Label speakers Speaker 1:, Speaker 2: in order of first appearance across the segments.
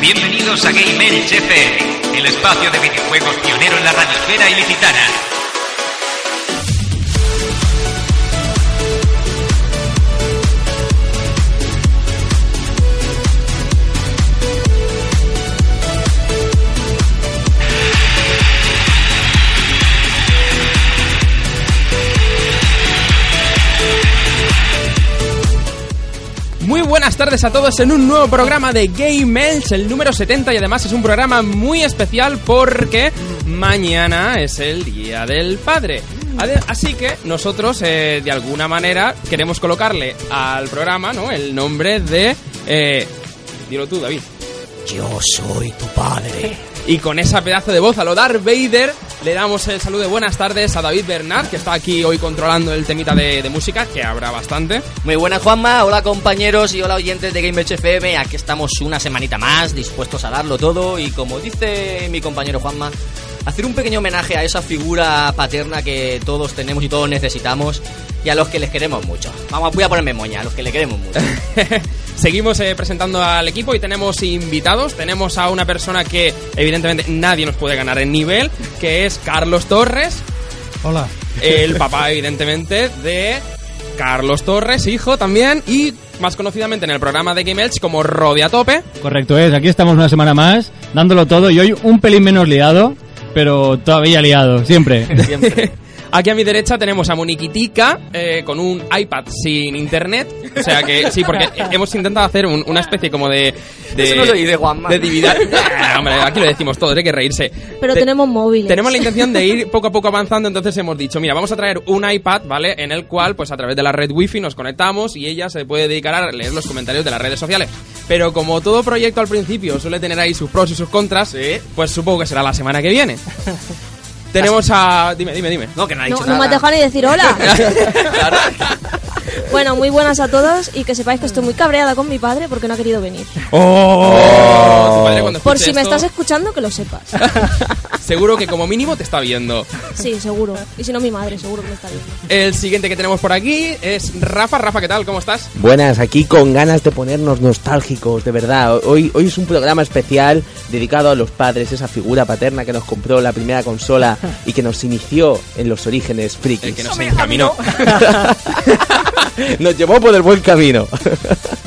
Speaker 1: Bienvenidos a Game Edge FM, el espacio de videojuegos pionero en la radiosfera ilicitana.
Speaker 2: Muy buenas tardes a todos en un nuevo programa de Game Elch, el número 70 y además es un programa muy especial porque mañana es el Día del Padre. Ade- Así que nosotros eh, de alguna manera queremos colocarle al programa ¿no? el nombre de... Eh, dilo tú, David.
Speaker 3: Yo soy tu padre.
Speaker 2: Y con esa pedazo de voz a lo Darth Vader le damos el saludo de buenas tardes a David Bernard, que está aquí hoy controlando el temita de, de música, que habrá bastante.
Speaker 3: Muy buena Juanma, hola compañeros y hola oyentes de Game Edge FM. Aquí estamos una semanita más, dispuestos a darlo todo y como dice mi compañero Juanma, hacer un pequeño homenaje a esa figura paterna que todos tenemos y todos necesitamos y a los que les queremos mucho. Vamos, voy a ponerme moña, a los que le queremos mucho.
Speaker 2: Seguimos eh, presentando al equipo y tenemos invitados. Tenemos a una persona que evidentemente nadie nos puede ganar en nivel, que es Carlos Torres,
Speaker 4: Hola.
Speaker 2: el papá evidentemente de Carlos Torres, hijo también, y más conocidamente en el programa de Game Edge como Rodia Tope.
Speaker 4: Correcto es, aquí estamos una semana más, dándolo todo y hoy un pelín menos liado, pero todavía liado, siempre.
Speaker 3: Siempre.
Speaker 2: Aquí a mi derecha tenemos a Moniquitica eh, con un iPad sin internet. O sea que sí, porque hemos intentado hacer un- una especie como de. de
Speaker 3: Eso no se dice, Juanma.
Speaker 2: De dividar. Ah, hombre, aquí lo decimos todo, hay que reírse.
Speaker 5: Pero
Speaker 2: Te-
Speaker 5: tenemos móviles.
Speaker 2: Tenemos la intención de ir poco a poco avanzando, entonces hemos dicho, mira, vamos a traer un iPad, ¿vale? En el cual, pues a través de la red wifi nos conectamos y ella se puede dedicar a leer los comentarios de las redes sociales. Pero como todo proyecto al principio suele tener ahí sus pros y sus contras, pues supongo que será la semana que viene. Tenemos a... Dime, dime, dime.
Speaker 3: No, que no ha
Speaker 5: No,
Speaker 3: dicho
Speaker 5: no me has
Speaker 3: nada.
Speaker 5: dejado ni decir hola. bueno, muy buenas a todos y que sepáis que estoy muy cabreada con mi padre porque no ha querido venir.
Speaker 2: Tu padre cuando
Speaker 5: Por
Speaker 2: escuche
Speaker 5: si me
Speaker 2: esto,
Speaker 5: estás escuchando, que lo sepas.
Speaker 2: Seguro que como mínimo te está viendo.
Speaker 5: Sí, seguro. Y si no, mi madre, seguro que me está viendo.
Speaker 2: El siguiente que tenemos por aquí es Rafa. Rafa, ¿qué tal? ¿Cómo estás?
Speaker 6: Buenas, aquí con ganas de ponernos nostálgicos, de verdad. Hoy, hoy es un programa especial dedicado a los padres, esa figura paterna que nos compró la primera consola y que nos inició en los orígenes
Speaker 2: El que
Speaker 6: frikis.
Speaker 2: nos encaminó.
Speaker 6: Nos llevó por el buen camino.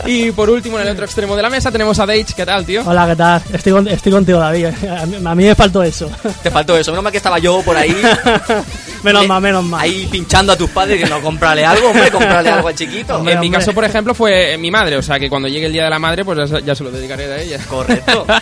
Speaker 2: Y por último, en el otro extremo de la mesa tenemos a Deitch. ¿Qué tal, tío?
Speaker 7: Hola, ¿qué tal? Estoy, con- estoy contigo, David. A mí, a mí me faltó eso.
Speaker 3: Te faltó eso, menos mal que estaba yo por ahí.
Speaker 7: Menos
Speaker 3: eh,
Speaker 7: mal, menos mal.
Speaker 3: Ahí pinchando a tus padres diciendo, cómprale algo, hombre, cómprale algo al chiquito.
Speaker 7: Hombre,
Speaker 2: en mi
Speaker 7: hombre.
Speaker 2: caso, por ejemplo, fue eh, mi madre, o sea que cuando llegue el día de la madre, pues ya se- ya se lo dedicaré a ella.
Speaker 3: Correcto.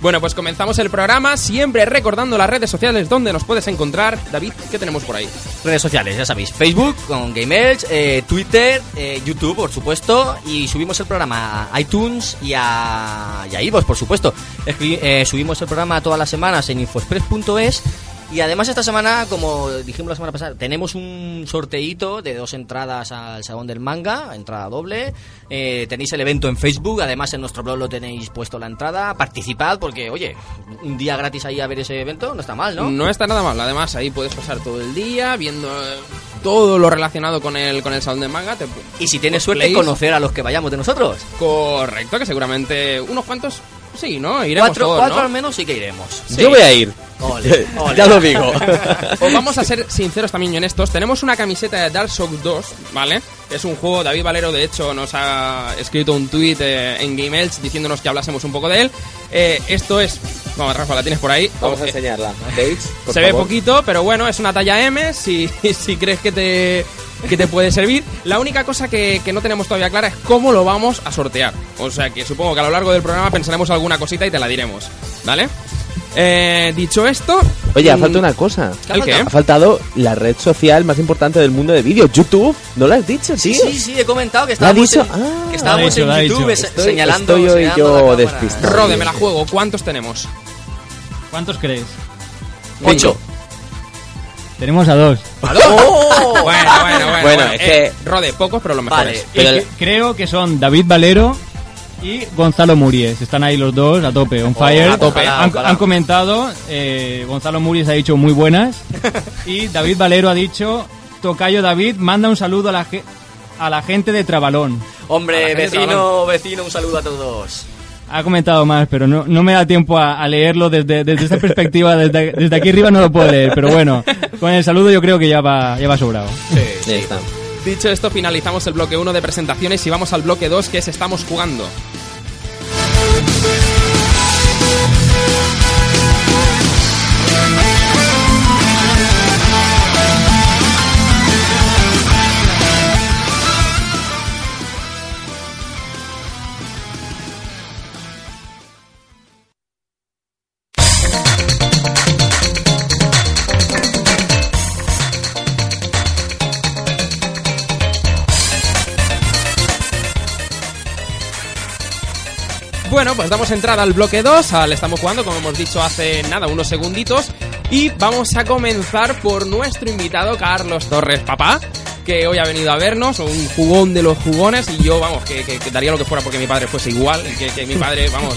Speaker 2: Bueno, pues comenzamos el programa, siempre recordando las redes sociales donde nos puedes encontrar. David, ¿qué tenemos por ahí?
Speaker 3: redes sociales, ya sabéis, Facebook con Game Edge, eh, Twitter, eh, YouTube, por supuesto, y subimos el programa a iTunes y a, y a iVoox, por supuesto. Escri- eh, subimos el programa todas las semanas en infoexpress.es y además esta semana, como dijimos la semana pasada, tenemos un sorteíto de dos entradas al Salón del Manga, entrada doble. Eh, tenéis el evento en Facebook, además en nuestro blog lo tenéis puesto la entrada. Participad porque, oye, un día gratis ahí a ver ese evento no está mal, ¿no?
Speaker 2: está nada mal, además ahí puedes pasar todo el día viendo eh, todo lo relacionado con el, con el salón de manga. Te pu-
Speaker 3: Y si tienes suerte,
Speaker 2: Cosplays.
Speaker 3: conocer a los que vayamos de nosotros.
Speaker 2: Correcto, que seguramente unos cuantos, sí, ¿no? Iremos
Speaker 3: cuatro
Speaker 2: todos,
Speaker 3: cuatro al
Speaker 2: ¿no?
Speaker 3: menos sí que iremos.
Speaker 6: Yo voy a ir.
Speaker 3: Ole, ole.
Speaker 6: Ya lo digo.
Speaker 2: Os vamos a ser sinceros también y honestos. Tenemos una camiseta de Dark Souls 2, ¿vale? Es un juego, David Valero de hecho nos ha escrito un tweet en Game Elch diciéndonos que hablásemos un poco de él. Eh, esto es... Vamos, Rafa, la tienes por ahí.
Speaker 6: Vamos a
Speaker 2: Eh,
Speaker 6: enseñarla. Dates, por
Speaker 2: Se ve
Speaker 6: favor.
Speaker 2: poquito, pero bueno, es una talla M si, si crees que te, que te puede servir. La única cosa que, que no tenemos todavía clara es cómo lo vamos a sortear. O sea que supongo que a lo largo del programa pensaremos alguna cosita y te la diremos. ¿Vale? Eh, dicho esto.
Speaker 6: Oye, ha
Speaker 2: mm,
Speaker 6: faltado una cosa.
Speaker 2: ¿El qué?
Speaker 6: Ha faltado la red social más importante del mundo de vídeo, YouTube. ¿No lo has dicho,
Speaker 3: Sí,
Speaker 6: tío?
Speaker 3: sí, sí, he comentado que
Speaker 6: ¿Lo ha
Speaker 3: estábamos,
Speaker 6: dicho?
Speaker 3: en,
Speaker 6: Ah.
Speaker 3: que estábamos
Speaker 4: Lo ha dicho, lo ha
Speaker 3: en YouTube
Speaker 4: dicho.
Speaker 3: se-
Speaker 6: Estoy-
Speaker 3: señalando.
Speaker 6: estoy hoy
Speaker 3: señalando
Speaker 6: yo
Speaker 3: la cámara.
Speaker 6: despistado.
Speaker 2: Rode, me la juego. ¿Cuántos tenemos?
Speaker 4: ¿Cuántos crees?
Speaker 3: Ocho.
Speaker 4: Tenemos a dos.
Speaker 3: ¡Oh!
Speaker 2: Bueno, bueno, bueno.
Speaker 6: Bueno, es
Speaker 2: Eh, Rode, pocos, pero los mejores.
Speaker 3: Vale.
Speaker 4: Y Eh, que- creo que son David Valero y Gonzalo Muries. Están ahí los dos a tope, on fire.
Speaker 3: Oh, a tope.
Speaker 4: han,
Speaker 3: Ojalá.
Speaker 4: han comentado, eh, Gonzalo Muries ha dicho muy buenas. y David Valero ha dicho, Tocayo David, manda un saludo a la, ge- a la gente de Trabalón.
Speaker 2: A la
Speaker 3: Hombre,
Speaker 2: gente
Speaker 3: vecino, vecino, un saludo a todos.
Speaker 4: Ha comentado más, pero no, no me da tiempo a, a leerlo desde, desde esta perspectiva. Desde, desde aquí arriba no lo puedo leer, pero bueno, con el saludo yo creo que ya va, ya va sobrado.
Speaker 6: Ya está.
Speaker 2: Dicho esto, finalizamos el bloque 1 de presentaciones y vamos al bloque 2 que es Estamos jugando. Bueno, pues damos entrada al bloque 2, al estamos jugando, como hemos dicho hace nada, unos segunditos. Y vamos a comenzar por nuestro invitado Carlos Torres, papá, que hoy ha venido a vernos, un jugón de los jugones. Y yo, vamos, que, que- que daría lo que fuera porque mi padre fuese igual. y Que, que mi padre, vamos,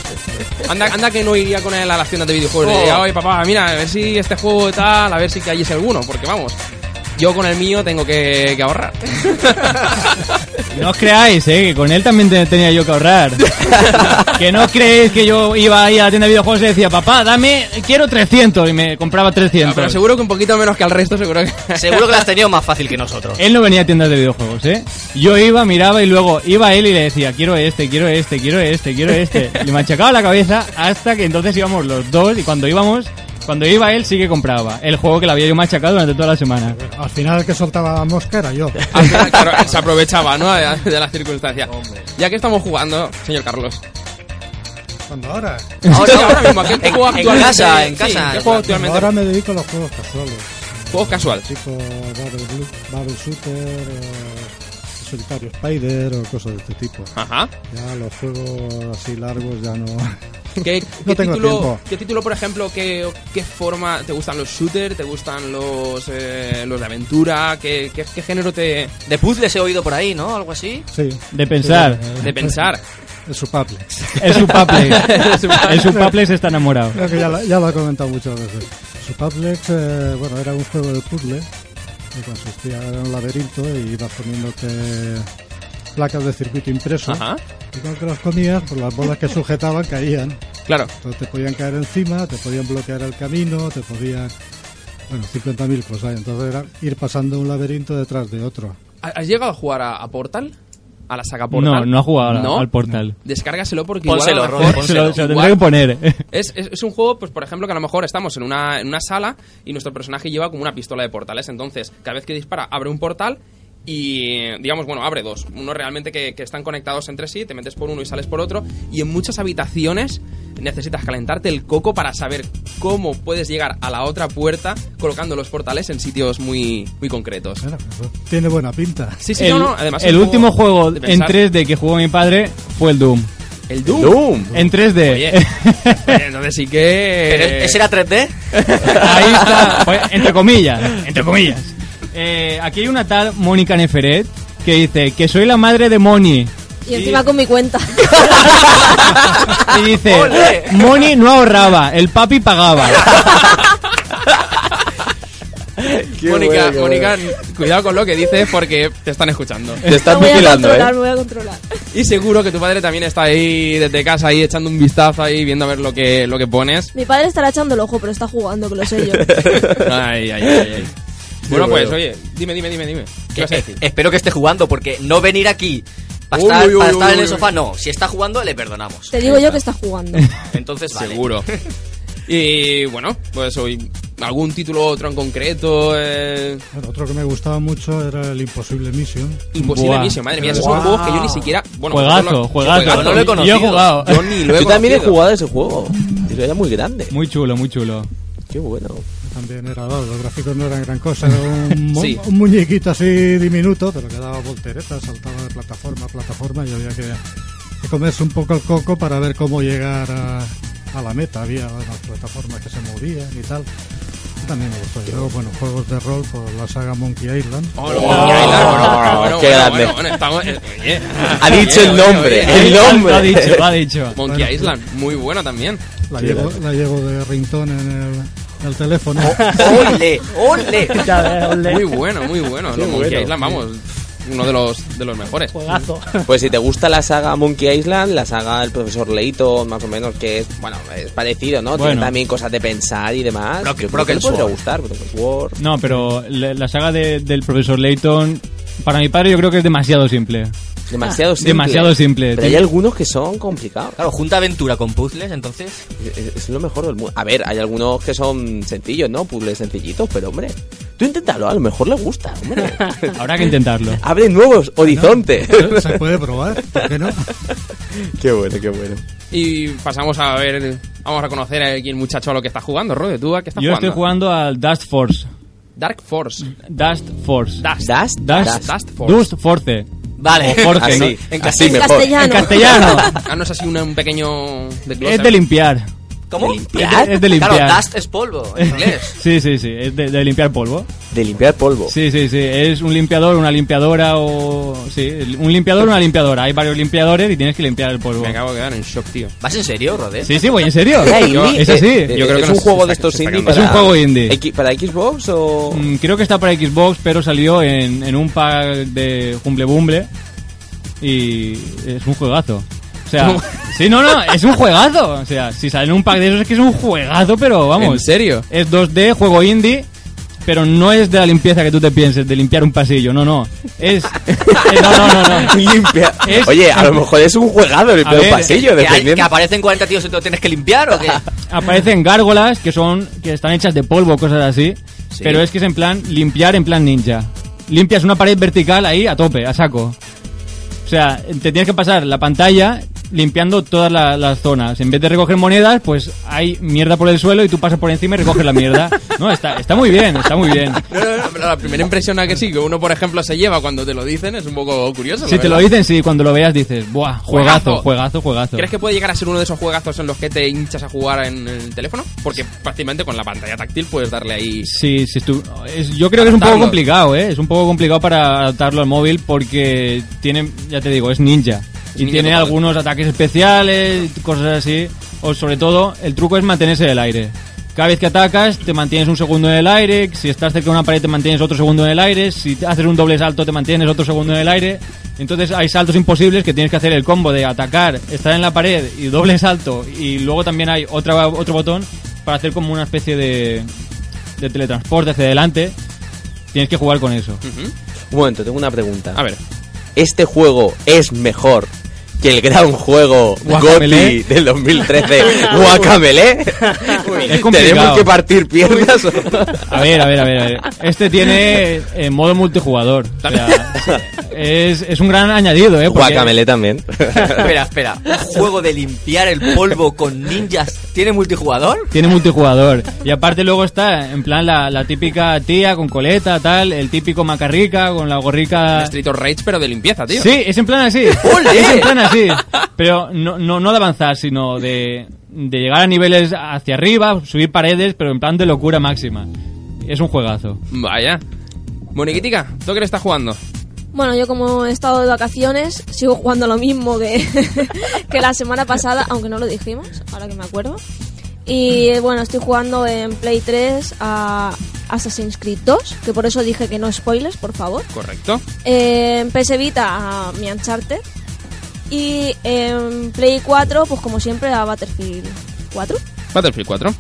Speaker 2: anda, anda que no iría con él a las tiendas de videojuegos. Le diría, oye, papá, mira, a ver si este juego tal, a ver si que hay es alguno, porque vamos. Yo con el mío tengo que, que ahorrar.
Speaker 4: No os creáis, eh, que con él también te- tenía yo que ahorrar. que no os creéis que yo iba ahí a la tienda de videojuegos y decía, papá, dame, quiero 300 y me compraba 300.
Speaker 2: Ah, Pero seguro que un poquito menos que al resto, seguro que...
Speaker 3: Seguro que la has tenido más fácil que nosotros.
Speaker 4: Él no venía a tiendas de videojuegos, ¿eh? Yo iba, miraba y luego iba él y le decía, quiero este, quiero este, quiero este, quiero este. Le machacaba la cabeza hasta que entonces íbamos los dos y cuando íbamos, cuando iba él sí que compraba el juego que le había yo machacado durante toda la semana.
Speaker 8: Al final el que soltaba la mosca era yo.
Speaker 2: Al final, claro, se aprovechaba, ¿no? De, de las circunstancias. Ya que estamos jugando, señor Carlos.
Speaker 3: Oh,
Speaker 8: Cuando ahora,
Speaker 3: Ahora,
Speaker 2: Sí, ahora mismo, ¿qué
Speaker 3: en,
Speaker 2: juego
Speaker 3: en
Speaker 2: actualmente-
Speaker 3: casa, en
Speaker 2: sí,
Speaker 3: casa.
Speaker 2: ¿Qué juego
Speaker 8: cuando
Speaker 2: actualmente?
Speaker 8: ahora me dedico a los juegos casuales.
Speaker 2: Juegos casual.
Speaker 8: Tipo Battle, Blue- Battle Shooter, eh, Solitario Spider o cosas de este tipo.
Speaker 2: Ajá.
Speaker 8: Ya los juegos así largos ya no.
Speaker 2: ¿Qué, qué
Speaker 8: No tengo
Speaker 2: título,
Speaker 8: tiempo.
Speaker 2: ¿Qué título, por ejemplo, qué, qué forma te gustan los shooters? ¿Te gustan los, eh, los de aventura? ¿Qué, qué, qué género te.
Speaker 3: De puzzles he oído por ahí, ¿no? Algo así.
Speaker 8: Sí.
Speaker 4: De pensar.
Speaker 2: de pensar?
Speaker 8: Es su Paplex.
Speaker 4: Es su paplex. es su paplex está enamorado.
Speaker 8: Creo que ya, lo- ya lo he comentado muchas veces. Su Paplex, eh, bueno, era un juego de puzzle que consistía en un laberinto y ibas poniéndote placas de circuito impreso.
Speaker 2: Ajá.
Speaker 8: Y cuando te las comías, por las bolas que sujetaban caían.
Speaker 2: Claro.
Speaker 8: Entonces te podían caer encima, te podían bloquear el camino, te podían... Bueno, 50.000 cosas. Entonces era ir pasando un laberinto detrás de otro.
Speaker 2: ¿Has has llegado a jugar a, a Portal? ¿A la saga Portal?
Speaker 4: No, no ha jugado al-
Speaker 2: ¿No?
Speaker 4: al portal.
Speaker 2: Descárgaselo porque
Speaker 3: Pónselo,
Speaker 2: igual a lo
Speaker 3: Ron,
Speaker 2: mejor-
Speaker 4: Se lo, se lo tendré
Speaker 2: Igual-
Speaker 4: que poner.
Speaker 2: Es, es, es un juego, pues por ejemplo, que a lo mejor estamos en una, en una sala y nuestro personaje lleva como una pistola de portales. Entonces, cada vez que dispara, abre un portal y, digamos, bueno, abre dos. Uno realmente que, que están conectados entre sí, te metes por uno y sales por otro. Y en muchas habitaciones necesitas calentarte el coco para saber cómo puedes llegar a la otra puerta colocando los portales en sitios muy, muy concretos.
Speaker 8: Bueno, pues, tiene buena pinta.
Speaker 2: Sí, sí,
Speaker 4: el
Speaker 2: no, no, además. es
Speaker 4: el
Speaker 2: un
Speaker 4: último juego
Speaker 2: de
Speaker 4: en
Speaker 2: pensar.
Speaker 4: 3D que jugó mi padre fue el Doom.
Speaker 2: El Doom.
Speaker 6: ¡Doom!
Speaker 4: En 3D.
Speaker 2: Oye, oye, entonces sí que.
Speaker 3: Pero ¿Ese era 3D?
Speaker 4: Ahí está. Pues, entre comillas. Entre comillas. Eh, aquí hay una tal Mónica Neferet que dice que soy la madre de Moni.
Speaker 5: Y encima con mi cuenta.
Speaker 4: Y dice,
Speaker 3: ¡Ole!
Speaker 4: Moni no ahorraba, el papi pagaba.
Speaker 2: Mónica, Mónica, cuidado con lo que dices porque te están escuchando.
Speaker 6: Te estás
Speaker 5: me voy a
Speaker 6: vigilando,
Speaker 5: controlar,
Speaker 6: ¿eh?
Speaker 5: me voy a controlar.
Speaker 2: Y seguro que tu padre también está ahí desde casa, ahí echando un vistazo, ahí viendo a ver lo que, lo que pones.
Speaker 5: Mi padre estará echando el ojo, pero está jugando, que lo sé yo.
Speaker 2: Ay, ay, ay, ay. Bueno, pues, oye, dime, dime, dime, dime. ¿Qué vas a
Speaker 3: Eh,
Speaker 2: decir?
Speaker 3: espero que esté jugando, porque no venir aquí para
Speaker 2: Uy,
Speaker 3: estar,
Speaker 2: uy,
Speaker 3: para
Speaker 2: uy,
Speaker 3: estar en
Speaker 2: uy,
Speaker 3: el
Speaker 2: uy.
Speaker 3: sofá, no. Si está jugando, le perdonamos.
Speaker 5: Te digo yo que está jugando.
Speaker 3: Entonces, vale.
Speaker 2: Seguro. Y bueno, pues hoy, ¿algún título otro en concreto? Eh,
Speaker 8: Bueno, otro que me gustaba mucho era el Imposible Mission.
Speaker 2: imposible
Speaker 4: Buah.
Speaker 2: Mission, madre mía, esos son juegos que yo ni siquiera. Bueno, pues
Speaker 4: juegazo,
Speaker 2: vosotros lo-
Speaker 4: juegazo.
Speaker 3: yo no lo he
Speaker 4: Yo
Speaker 3: conocido.
Speaker 4: he jugado.
Speaker 2: Yo ni lo he
Speaker 6: Yo también he
Speaker 2: conocido.
Speaker 6: jugado a ese juego. Y era muy grande.
Speaker 4: Muy chulo, muy chulo.
Speaker 6: Qué bueno.
Speaker 8: También era, dado, los gráficos no eran gran cosa. Era un, mu-
Speaker 2: Sí.
Speaker 8: un muñequito así diminuto, pero que daba volteretas, saltaba de plataforma a plataforma y había que, que comerse un poco el coco para ver cómo llegar a, a la meta. Había unas plataformas que se movían y tal. También me gustó. Y luego, bueno, juegos de rol por la saga Monkey Island.
Speaker 2: Oh, no, Monkey Island, bueno, bueno, bueno,
Speaker 6: qué
Speaker 2: bueno,
Speaker 6: grande.
Speaker 2: bueno, bueno, estamos- eh, oye.
Speaker 6: Ha dicho el
Speaker 2: Oye, oye,
Speaker 6: nombre.
Speaker 2: oye.
Speaker 6: El
Speaker 4: Eh, Lo ha
Speaker 6: nombre.
Speaker 4: dicho, lo ha dicho.
Speaker 2: Monkey Island, muy bueno también.
Speaker 8: La, llevo, la llevo de ringtone en el, en el
Speaker 2: Oh.
Speaker 8: teléfono.
Speaker 3: ¡Ole! ¡Ole!
Speaker 7: Ya ves, ole.
Speaker 2: Muy bueno, muy bueno. Los Monkey Island, vamos. uno de los, de los mejores.
Speaker 7: Juegazo.
Speaker 6: Pues si te gusta la saga Monkey Island, la saga del profesor Leito, más o menos, que es, bueno, es parecido, ¿no?
Speaker 4: Bueno.
Speaker 6: Tiene también cosas de pensar y demás.
Speaker 3: Brock-
Speaker 6: Yo creo
Speaker 3: Brock
Speaker 6: que
Speaker 3: and
Speaker 6: le podría
Speaker 3: Sword.
Speaker 6: gustar, Brock and Sword.
Speaker 4: No, pero la, la saga de- del profesor Layton, para mi padre yo creo que es demasiado simple.
Speaker 6: Demasiado simple.
Speaker 4: Ah, Demasiado simple.
Speaker 6: Pero hay algunos que son complicados.
Speaker 3: Claro, junta aventura con puzzles, entonces.
Speaker 6: Es, es lo mejor del mundo. A ver, hay algunos que son sencillos, ¿no? Puzzles sencillitos, pero hombre, tú inténtalo, a lo mejor le gusta, hombre.
Speaker 4: Habrá que intentarlo.
Speaker 6: Abre nuevos horizontes.
Speaker 8: Se puede probar, ¿por qué no?
Speaker 6: qué bueno, qué bueno.
Speaker 2: Y pasamos a ver, vamos a conocer a quién muchacho a lo que está jugando, Rode. ¿Tú a qué estás
Speaker 4: Yo
Speaker 2: jugando?
Speaker 4: estoy jugando al Dust Force.
Speaker 2: Dark Force.
Speaker 4: Dust Force.
Speaker 2: Dust.
Speaker 6: Dust,
Speaker 4: Dust,
Speaker 2: Dust Force.
Speaker 4: Dust Force.
Speaker 3: Vale.
Speaker 4: O Force,
Speaker 6: Así,
Speaker 4: ¿no?
Speaker 3: En
Speaker 6: así
Speaker 5: en
Speaker 6: mejor.
Speaker 5: castellano.
Speaker 4: En castellano.
Speaker 2: Ah, no es así una- un pequeño desglose.
Speaker 4: es de limpiar.
Speaker 3: ¿Cómo?
Speaker 6: limpiar?
Speaker 4: Es de limpiar.
Speaker 3: Claro, dust es polvo, en inglés.
Speaker 4: Sí, sí, sí. Es de, de limpiar polvo.
Speaker 6: De limpiar polvo.
Speaker 4: Sí, sí, sí. Es un limpiador, una limpiadora o... Sí, un limpiador, una limpiadora. Hay varios limpiadores y tienes que limpiar el polvo.
Speaker 2: Me acabo de quedar en shock, tío.
Speaker 3: ¿Vas en serio, Rodé?
Speaker 4: Sí, sí, güey, en serio.
Speaker 6: Era indie,
Speaker 4: es así.
Speaker 6: eh, eh,
Speaker 2: Yo creo que
Speaker 6: es
Speaker 2: no
Speaker 6: un
Speaker 2: se
Speaker 6: juego
Speaker 2: está-
Speaker 6: de estos
Speaker 2: se está
Speaker 6: indie.
Speaker 2: cagando.
Speaker 4: Es un juego indie.
Speaker 6: X- ¿Para Xbox o.?
Speaker 4: Mm, creo que está para Xbox, pero salió en, en un pack de Humble Bumble. Y es un juegazo. O sea, sí, no, no, es un juegazo. O sea, si sale en un pack de esos es que es un juegazo, pero vamos.
Speaker 2: ¿En serio?
Speaker 4: Es 2D, juego indie, pero no es de la limpieza que tú te pienses, de limpiar un pasillo. No, no. Es. es- no, no, no, no.
Speaker 6: Limpia.
Speaker 4: Es-
Speaker 6: Oye, a lo mejor es un juegado el
Speaker 4: ver,
Speaker 6: pasillo,
Speaker 3: ¿Que, hay- que
Speaker 6: dependiendo.
Speaker 3: aparecen 40 tíos y te lo tienes que limpiar o qué?
Speaker 4: Aparecen gárgolas que son que están hechas de polvo, cosas así.
Speaker 3: Sí.
Speaker 4: Pero es que es en plan limpiar en plan ninja. Limpias una pared vertical ahí a tope, a saco. O sea, te tienes que pasar la pantalla limpiando todas la- las zonas. En vez de recoger monedas, pues hay mierda por el suelo y tú pasas por encima y recoges la mierda. No, está, está muy bien, está muy bien.
Speaker 2: No, no, no, pero la primera impresión a que sí, que uno, por ejemplo, se lleva cuando te lo dicen es un poco curioso. la
Speaker 4: Si te lo
Speaker 2: verdad.
Speaker 4: dicen, sí, cuando lo veas dices, ¡buah! Juegazo, juegazo, juegazo.
Speaker 2: ¿Crees que puede llegar a ser uno de esos juegazos en los que te hinchas a jugar en el teléfono? Porque prácticamente con la pantalla táctil puedes darle ahí.
Speaker 4: Sí, sí estu- es- yo creo que es un poco
Speaker 2: Adaptarlo.
Speaker 4: complicado, ¿eh? Es un poco complicado para adaptarlo al móvil porque tiene, ya te digo, es ninja. y
Speaker 2: ninja
Speaker 4: tiene
Speaker 2: total.
Speaker 4: algunos ataques especiales, cosas así. O sobre todo, el truco es mantenerse en el aire. Cada vez que atacas, te mantienes un segundo en el aire. Si estás cerca de una pared, te mantienes otro segundo en el aire. Si te- haces un doble salto, te mantienes otro segundo en el aire. Entonces hay saltos imposibles que tienes que hacer el combo de atacar, estar en la pared y doble salto. Y luego también hay otra, otro botón para hacer como una especie de, de teletransporte hacia adelante, tienes que jugar con eso.
Speaker 2: Ujú.
Speaker 6: Un momento, tengo una pregunta.
Speaker 2: A ver,
Speaker 6: ¿Este juego es mejor que el gran juego
Speaker 4: Guacamele.
Speaker 6: GOTY del 2013 Guacamele?
Speaker 4: Es complicado. Eh,
Speaker 6: ¿Tenemos que partir piernas? o-
Speaker 4: A ver, a ver, a ver. a ver. Este tiene eh, modo multijugador. O sea, es, es un gran añadido, ¿eh? porque-
Speaker 6: Guacamele también.
Speaker 3: espera, espera. ¿Un juego de limpiar el polvo con ninjas tiene multijugador?
Speaker 4: Tiene multijugador. Y aparte luego está, en plan, la, la típica tía con coleta, tal, el típico macarrica con la gorrica...
Speaker 2: Street of Rage, pero de limpieza, tío.
Speaker 4: Sí, es en plan así. Es en plan así. Pero no, no, no de avanzar, sino de, de llegar a niveles hacia arriba, subir paredes, pero en plan de locura máxima. Es un juegazo.
Speaker 2: Vaya. Moniquitica, ¿tú qué le estás jugando?
Speaker 5: Bueno, yo como he estado de vacaciones, sigo jugando lo mismo que, que la semana pasada, aunque no lo dijimos, ahora que me acuerdo. Y eh, bueno, estoy jugando en Play 3 a Assassin's Creed 2, que por eso dije que no spoilers, por favor.
Speaker 2: Correcto.
Speaker 5: En PS Vita a mi Uncharted. Y en Play 4, pues como siempre, a Battlefield 4.
Speaker 2: Battlefield 4.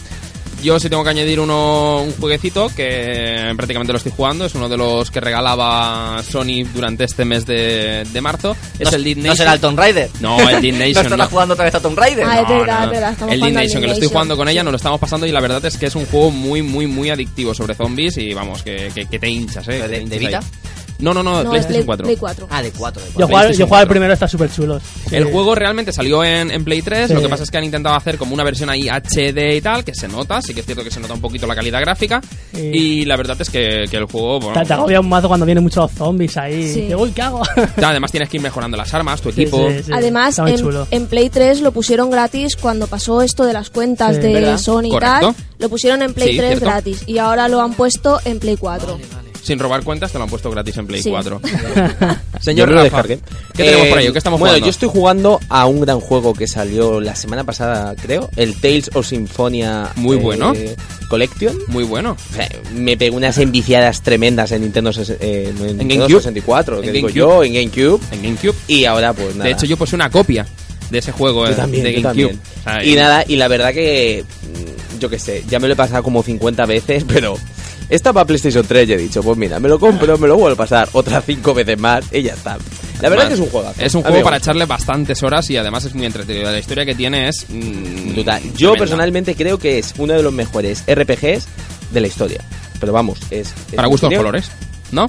Speaker 2: Yo sí tengo que añadir uno, un jueguecito que prácticamente lo estoy jugando. Es uno de los que regalaba Sony durante este mes de, de marzo. Es
Speaker 3: No-
Speaker 2: el Dead
Speaker 3: ¿No
Speaker 2: Nation.
Speaker 3: será el Tomb Raider?
Speaker 2: No, el Dead Nation.
Speaker 3: ¿No estará
Speaker 2: no.
Speaker 3: jugando otra vez a Tomb Raider?
Speaker 5: Ah, es
Speaker 2: No,
Speaker 5: verdad,
Speaker 2: no.
Speaker 5: es verdad, estamos
Speaker 2: el Dead
Speaker 5: jugando
Speaker 2: Nation,
Speaker 5: al Dead
Speaker 2: que lo estoy
Speaker 5: Nation.
Speaker 2: jugando con ella, nos lo estamos pasando y la verdad es que es un juego muy, muy, muy adictivo sobre zombies y vamos, que, que- que te hinchas, ¿eh?
Speaker 3: ¿De-
Speaker 2: que te
Speaker 3: de
Speaker 2: hinchas
Speaker 3: Vita?
Speaker 2: ahí. No, no, no, de
Speaker 5: No,
Speaker 2: Ah, PlayStation
Speaker 5: Play-
Speaker 2: 4.
Speaker 5: Play 4.
Speaker 3: Ah, de 4, de
Speaker 7: Yo
Speaker 3: 4.
Speaker 7: jugar, yo
Speaker 2: PlayStation
Speaker 7: jugar el
Speaker 2: 4.
Speaker 7: primero está súper chulo.
Speaker 2: El juego realmente salió en, en Play 3,
Speaker 7: Sí.
Speaker 2: lo que pasa es que han intentado hacer como una versión ahí HD y tal, que se nota, sí que es cierto que se nota un poquito la calidad gráfica,
Speaker 7: Sí.
Speaker 2: y la verdad es que, que el juego... bueno,
Speaker 7: Te, te agobia un mazo cuando vienen muchos zombies ahí.
Speaker 5: Sí.
Speaker 7: Digo, uy, ¿qué hago?
Speaker 2: ya, además tienes que ir mejorando las armas, tu equipo...
Speaker 7: Sí, sí, sí.
Speaker 5: Además,
Speaker 7: está muy
Speaker 5: en,
Speaker 7: chulo.
Speaker 5: en Play 3 lo pusieron gratis cuando pasó esto de las cuentas
Speaker 7: Sí.
Speaker 5: de
Speaker 7: ¿Verdad?
Speaker 5: Sony y
Speaker 2: Correcto.
Speaker 5: tal. Lo pusieron en Play
Speaker 2: Sí,
Speaker 5: 3
Speaker 2: cierto.
Speaker 5: gratis y ahora lo han puesto en Play 4.
Speaker 2: sin robar cuentas, te lo han puesto gratis en Play
Speaker 5: Sí.
Speaker 2: 4. Señor
Speaker 6: Yo me lo
Speaker 2: Rafa,
Speaker 6: descargué.
Speaker 2: ¿qué tenemos
Speaker 6: Eh,
Speaker 2: por ahí? ¿Qué estamos
Speaker 6: bueno,
Speaker 2: jugando?
Speaker 6: yo estoy jugando a un gran juego que salió la semana pasada, creo. El Tales of Symphonia.
Speaker 2: Muy
Speaker 6: eh,
Speaker 2: bueno.
Speaker 6: Collection.
Speaker 2: Muy bueno.
Speaker 6: O sea, me pegó unas enviciadas tremendas en Nintendo, ses- eh, en Nintendo
Speaker 2: GameCube.
Speaker 6: 64, que
Speaker 2: En
Speaker 6: digo
Speaker 2: GameCube.
Speaker 6: yo, en GameCube.
Speaker 2: En GameCube.
Speaker 6: Y ahora, pues nada.
Speaker 2: De hecho, yo puse una copia de ese juego eh,
Speaker 6: Yo también,
Speaker 2: de
Speaker 6: yo
Speaker 2: GameCube.
Speaker 6: también.
Speaker 2: O sea,
Speaker 6: y nada, y la verdad que. mm, Yo qué sé, ya me lo he pasado como 50 veces, pero. Esta para PlayStation 3, ya he dicho, pues mira, me lo compro, me lo vuelvo a pasar otras 5 veces más y ya está. La verdad
Speaker 2: Vale.
Speaker 6: que es un juego.
Speaker 2: Es un juego para echarle bastantes horas y además es muy entretenido. La historia que tiene es.
Speaker 6: Eh,
Speaker 2: mm,
Speaker 6: Total. Yo
Speaker 2: tremenda.
Speaker 6: personalmente creo que es uno de los mejores RPGs de la historia. Pero vamos, es. es
Speaker 2: Para
Speaker 6: mi
Speaker 2: gustos
Speaker 6: opinión.
Speaker 2: colores. ¿No?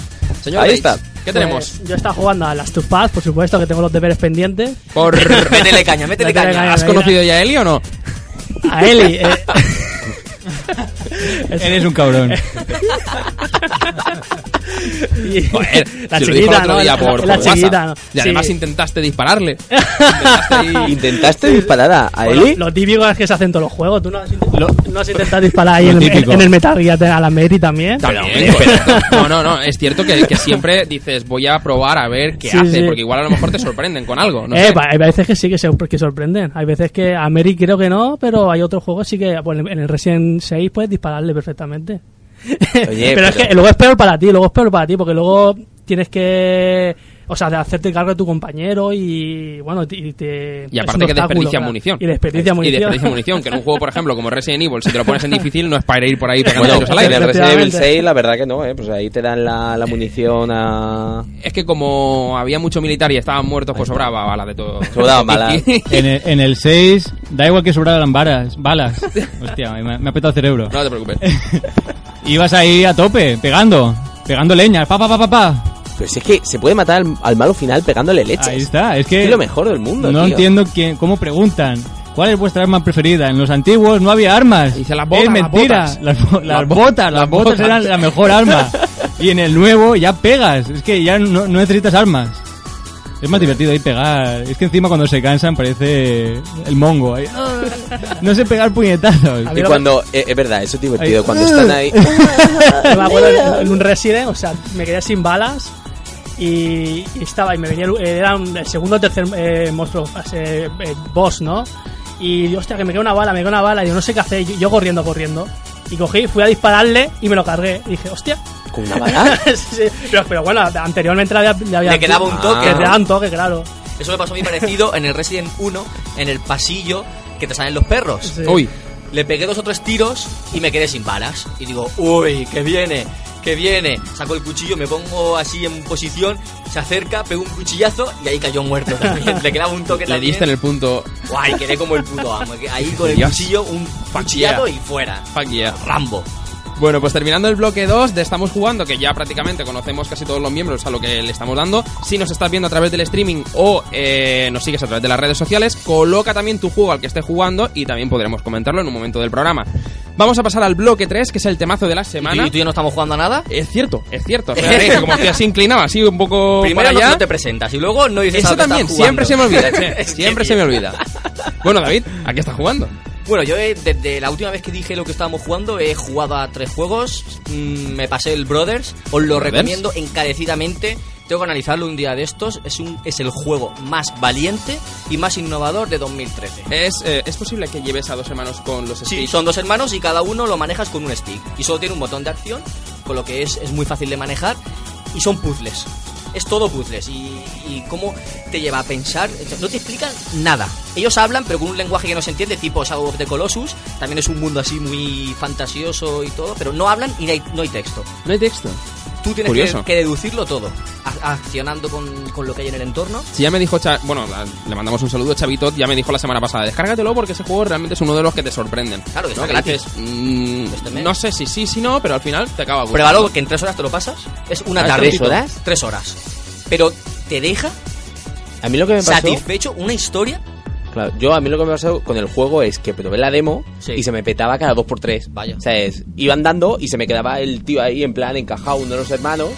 Speaker 6: Ahí está.
Speaker 2: ¿Qué tenemos?
Speaker 7: Pues, yo estaba jugando a las Two Paths, por supuesto, que tengo los deberes pendientes.
Speaker 2: Por.
Speaker 3: Métele caña, métele
Speaker 7: Pues, Métele
Speaker 3: caña.
Speaker 7: caña.
Speaker 2: ¿Has conocido ya a Eli o no?
Speaker 7: A Eli. eh,
Speaker 4: Eres un cabrón.
Speaker 7: y-
Speaker 2: Joder,
Speaker 7: la
Speaker 2: si lo dijo el
Speaker 7: chiquita,
Speaker 2: otro
Speaker 7: ¿no?
Speaker 2: día
Speaker 7: La,
Speaker 2: por,
Speaker 7: la
Speaker 2: por
Speaker 7: chiquita, ¿no?
Speaker 2: WhatsApp. Y además
Speaker 7: Sí.
Speaker 2: intentaste dispararle. Intentaste ahí-
Speaker 6: ¿Intentaste disparar a- a
Speaker 7: Bueno,
Speaker 6: Eli?
Speaker 7: lo típico es que se hacen todos los juegos. Tú no has, intent- no has intentado disparar ahí
Speaker 4: Lo
Speaker 7: en, el-
Speaker 4: típico.
Speaker 7: en el Metal Gear de- a la Mary también.
Speaker 2: También, correcto. No, no, no. Es cierto que, que siempre dices, voy a probar a ver qué
Speaker 7: Sí,
Speaker 2: hace,
Speaker 7: sí.
Speaker 2: porque igual a lo mejor te sorprenden con algo. No
Speaker 7: Eh,
Speaker 2: sé.
Speaker 7: pa- hay veces que sí que, se, que sorprenden. Hay veces que a Mary creo que no, pero hay otros juegos sí que pues, en el Resident 6 puedes dispararle perfectamente. pero, es
Speaker 6: pero-
Speaker 7: que luego es peor para ti, luego es peor para ti, porque luego tienes que. O sea, de hacerte cargo de tu compañero y. Bueno, y te.
Speaker 2: Y
Speaker 7: es
Speaker 2: aparte
Speaker 7: un
Speaker 2: que
Speaker 7: obstáculo,
Speaker 2: desperdicia
Speaker 7: claro.
Speaker 2: munición.
Speaker 7: Y desperdicia
Speaker 2: Y
Speaker 7: munición.
Speaker 2: desperdicia munición. Que en un juego, por ejemplo, como Resident Evil, si te lo pones en difícil, no es para ir por ahí pegando
Speaker 6: Bueno,
Speaker 2: tiros al
Speaker 6: en
Speaker 2: aire.
Speaker 6: el Resident Evil
Speaker 7: Efectivamente.
Speaker 6: 6, la verdad que no, ¿eh? Pues ahí te dan la, la munición a.
Speaker 2: Es que como había mucho militar y estaban muertos, pues sobraba bala de todo.
Speaker 6: Sobraban balas.
Speaker 4: En el, en el 6, da igual que sobraran varas, balas. Hostia, me, me ha petado el cerebro.
Speaker 2: No te preocupes.
Speaker 4: Ibas ahí a tope, pegando, pegando leña, pa, pa, pa, pa, pa.
Speaker 6: Pero si es que se puede matar al, al malo final pegándole leches.
Speaker 4: Ahí está, es que.
Speaker 6: Es lo mejor del mundo.
Speaker 4: No
Speaker 6: tío.
Speaker 4: entiendo quién, cómo preguntan. ¿Cuál es vuestra arma preferida? En los antiguos no había armas.
Speaker 2: Dice, las botas,
Speaker 4: es
Speaker 2: las
Speaker 4: mentira.
Speaker 2: botas.
Speaker 4: Las, bo- las
Speaker 2: Las bo-
Speaker 4: botas, las
Speaker 2: las
Speaker 4: botas
Speaker 2: botas.
Speaker 4: eran la mejor arma. Y en el nuevo ya pegas. Es que ya no, no necesitas armas. Es más divertido ahí pegar. Es que encima cuando se cansan parece el mongo. ahí. No sé pegar puñetazos.
Speaker 7: A
Speaker 6: Y
Speaker 7: ver,
Speaker 6: cuando. eh, es verdad, eso es divertido.
Speaker 4: Ahí.
Speaker 6: Cuando están ahí.
Speaker 7: Yo me acuerdo en- en un Resident, o sea, me quedé sin balas y, y estaba y me venía el, eh, era un- el segundo o tercer eh, monstruo eh, eh, boss, ¿no? Y digo, hostia, que me queda una bala, me queda una bala, y yo no sé qué hacer, y yo, corriendo, corriendo. Y cogí, fui a dispararle y me lo cargué. Y dije, hostia.
Speaker 6: ¿Con una bala?
Speaker 7: Sí, sí. pero, pero bueno, anteriormente le había, le había-
Speaker 3: Le quedaba un toque,
Speaker 7: Le
Speaker 3: ¿no?
Speaker 7: quedaba un toque, claro.
Speaker 3: Eso me pasó a mí parecido en el Resident 1, en el pasillo que te salen los perros.
Speaker 7: Sí.
Speaker 2: Uy,
Speaker 3: Le pegué dos o tres tiros y me quedé sin balas. Y digo, uy, que viene, que viene. Saco el cuchillo, me pongo así en posición, se acerca, pego un cuchillazo y ahí cayó muerto también. Le quedaba un toque
Speaker 2: le
Speaker 3: también.
Speaker 2: diste en el punto.
Speaker 3: Guay, quedé como el puto amo. que Ahí con el
Speaker 2: Dios.
Speaker 3: cuchillo, un cuchillazo y fuera.
Speaker 2: Fuck yeah.
Speaker 3: Rambo.
Speaker 2: Bueno, pues terminando el bloque 2 de Estamos Jugando, que ya prácticamente conocemos casi todos los miembros a lo que le estamos dando. Si nos estás viendo a través del streaming o eh, nos sigues a través de las redes sociales, coloca también tu juego al que estés jugando y también podremos comentarlo en un momento del programa. Vamos a pasar al bloque 3, que es el temazo de la
Speaker 3: ¿Y tú,
Speaker 2: semana.
Speaker 3: y tú ya no estamos jugando a nada?
Speaker 2: Es cierto, es cierto. Fíjate, como estoy así inclinado, así un poco
Speaker 3: Primero
Speaker 2: para
Speaker 3: no,
Speaker 2: allá.
Speaker 3: no te presentas y luego no dices a
Speaker 2: Eso
Speaker 3: lo que
Speaker 2: también,
Speaker 3: estás jugando.
Speaker 2: siempre se me olvida, che,
Speaker 3: Es que,
Speaker 2: siempre
Speaker 3: tío.
Speaker 2: se me olvida. Bueno, David, ¿a qué estás jugando?
Speaker 3: Bueno, yo he- desde la última vez que dije lo que estábamos jugando he jugado a tres juegos. Mm, me pasé el Brothers, os lo
Speaker 2: Brothers.
Speaker 3: recomiendo encarecidamente. Tengo que analizarlo un día de estos. Es, un, es el juego más valiente y más innovador de 2013.
Speaker 2: ¿Es, eh, ¿es posible que lleves a dos hermanos con los
Speaker 3: Pues Sí,
Speaker 2: sticks?
Speaker 3: son dos hermanos y cada uno lo manejas con un stick. Y solo tiene un botón de acción, con lo que es, es muy fácil de manejar. Y son puzzles. Es todo puzzles. Y, y cómo te lleva a pensar. No te explican nada. Ellos hablan, pero con un lenguaje que no se entiende, tipo Shadow of the Colossus. También es un mundo así muy fantasioso y todo, pero no hablan y no hay, no hay texto.
Speaker 2: No hay texto.
Speaker 3: Tú tienes
Speaker 2: Curioso.
Speaker 3: que, que deducirlo todo, a- accionando con, con lo que hay en el entorno.
Speaker 2: Si ya me dijo, Cha- bueno, la- le mandamos un saludo a Chavitot, ya me dijo la semana pasada, descárgatelo porque ese juego realmente es uno de los que te sorprenden.
Speaker 3: Claro, que
Speaker 2: ¿no?
Speaker 3: está gratis.
Speaker 2: dices, mm,
Speaker 3: Este mes.
Speaker 2: no sé si sí, si no, pero al final te acaba gustando.
Speaker 3: Pruébalo, que en tres horas te lo pasas. Es una
Speaker 6: ¿Ah,
Speaker 3: tarde.
Speaker 6: tres horas?
Speaker 3: Tres horas. Pero te deja
Speaker 6: A mí lo que me pasó.
Speaker 3: satisfecho una historia
Speaker 6: Claro, yo a mí lo que me pasó con el juego es que probé la demo
Speaker 3: Sí.
Speaker 6: y se me petaba cada 2x3.
Speaker 3: Vaya.
Speaker 6: O sea, es, iba andando y se me quedaba el tío ahí en plan encajado, uno de los hermanos.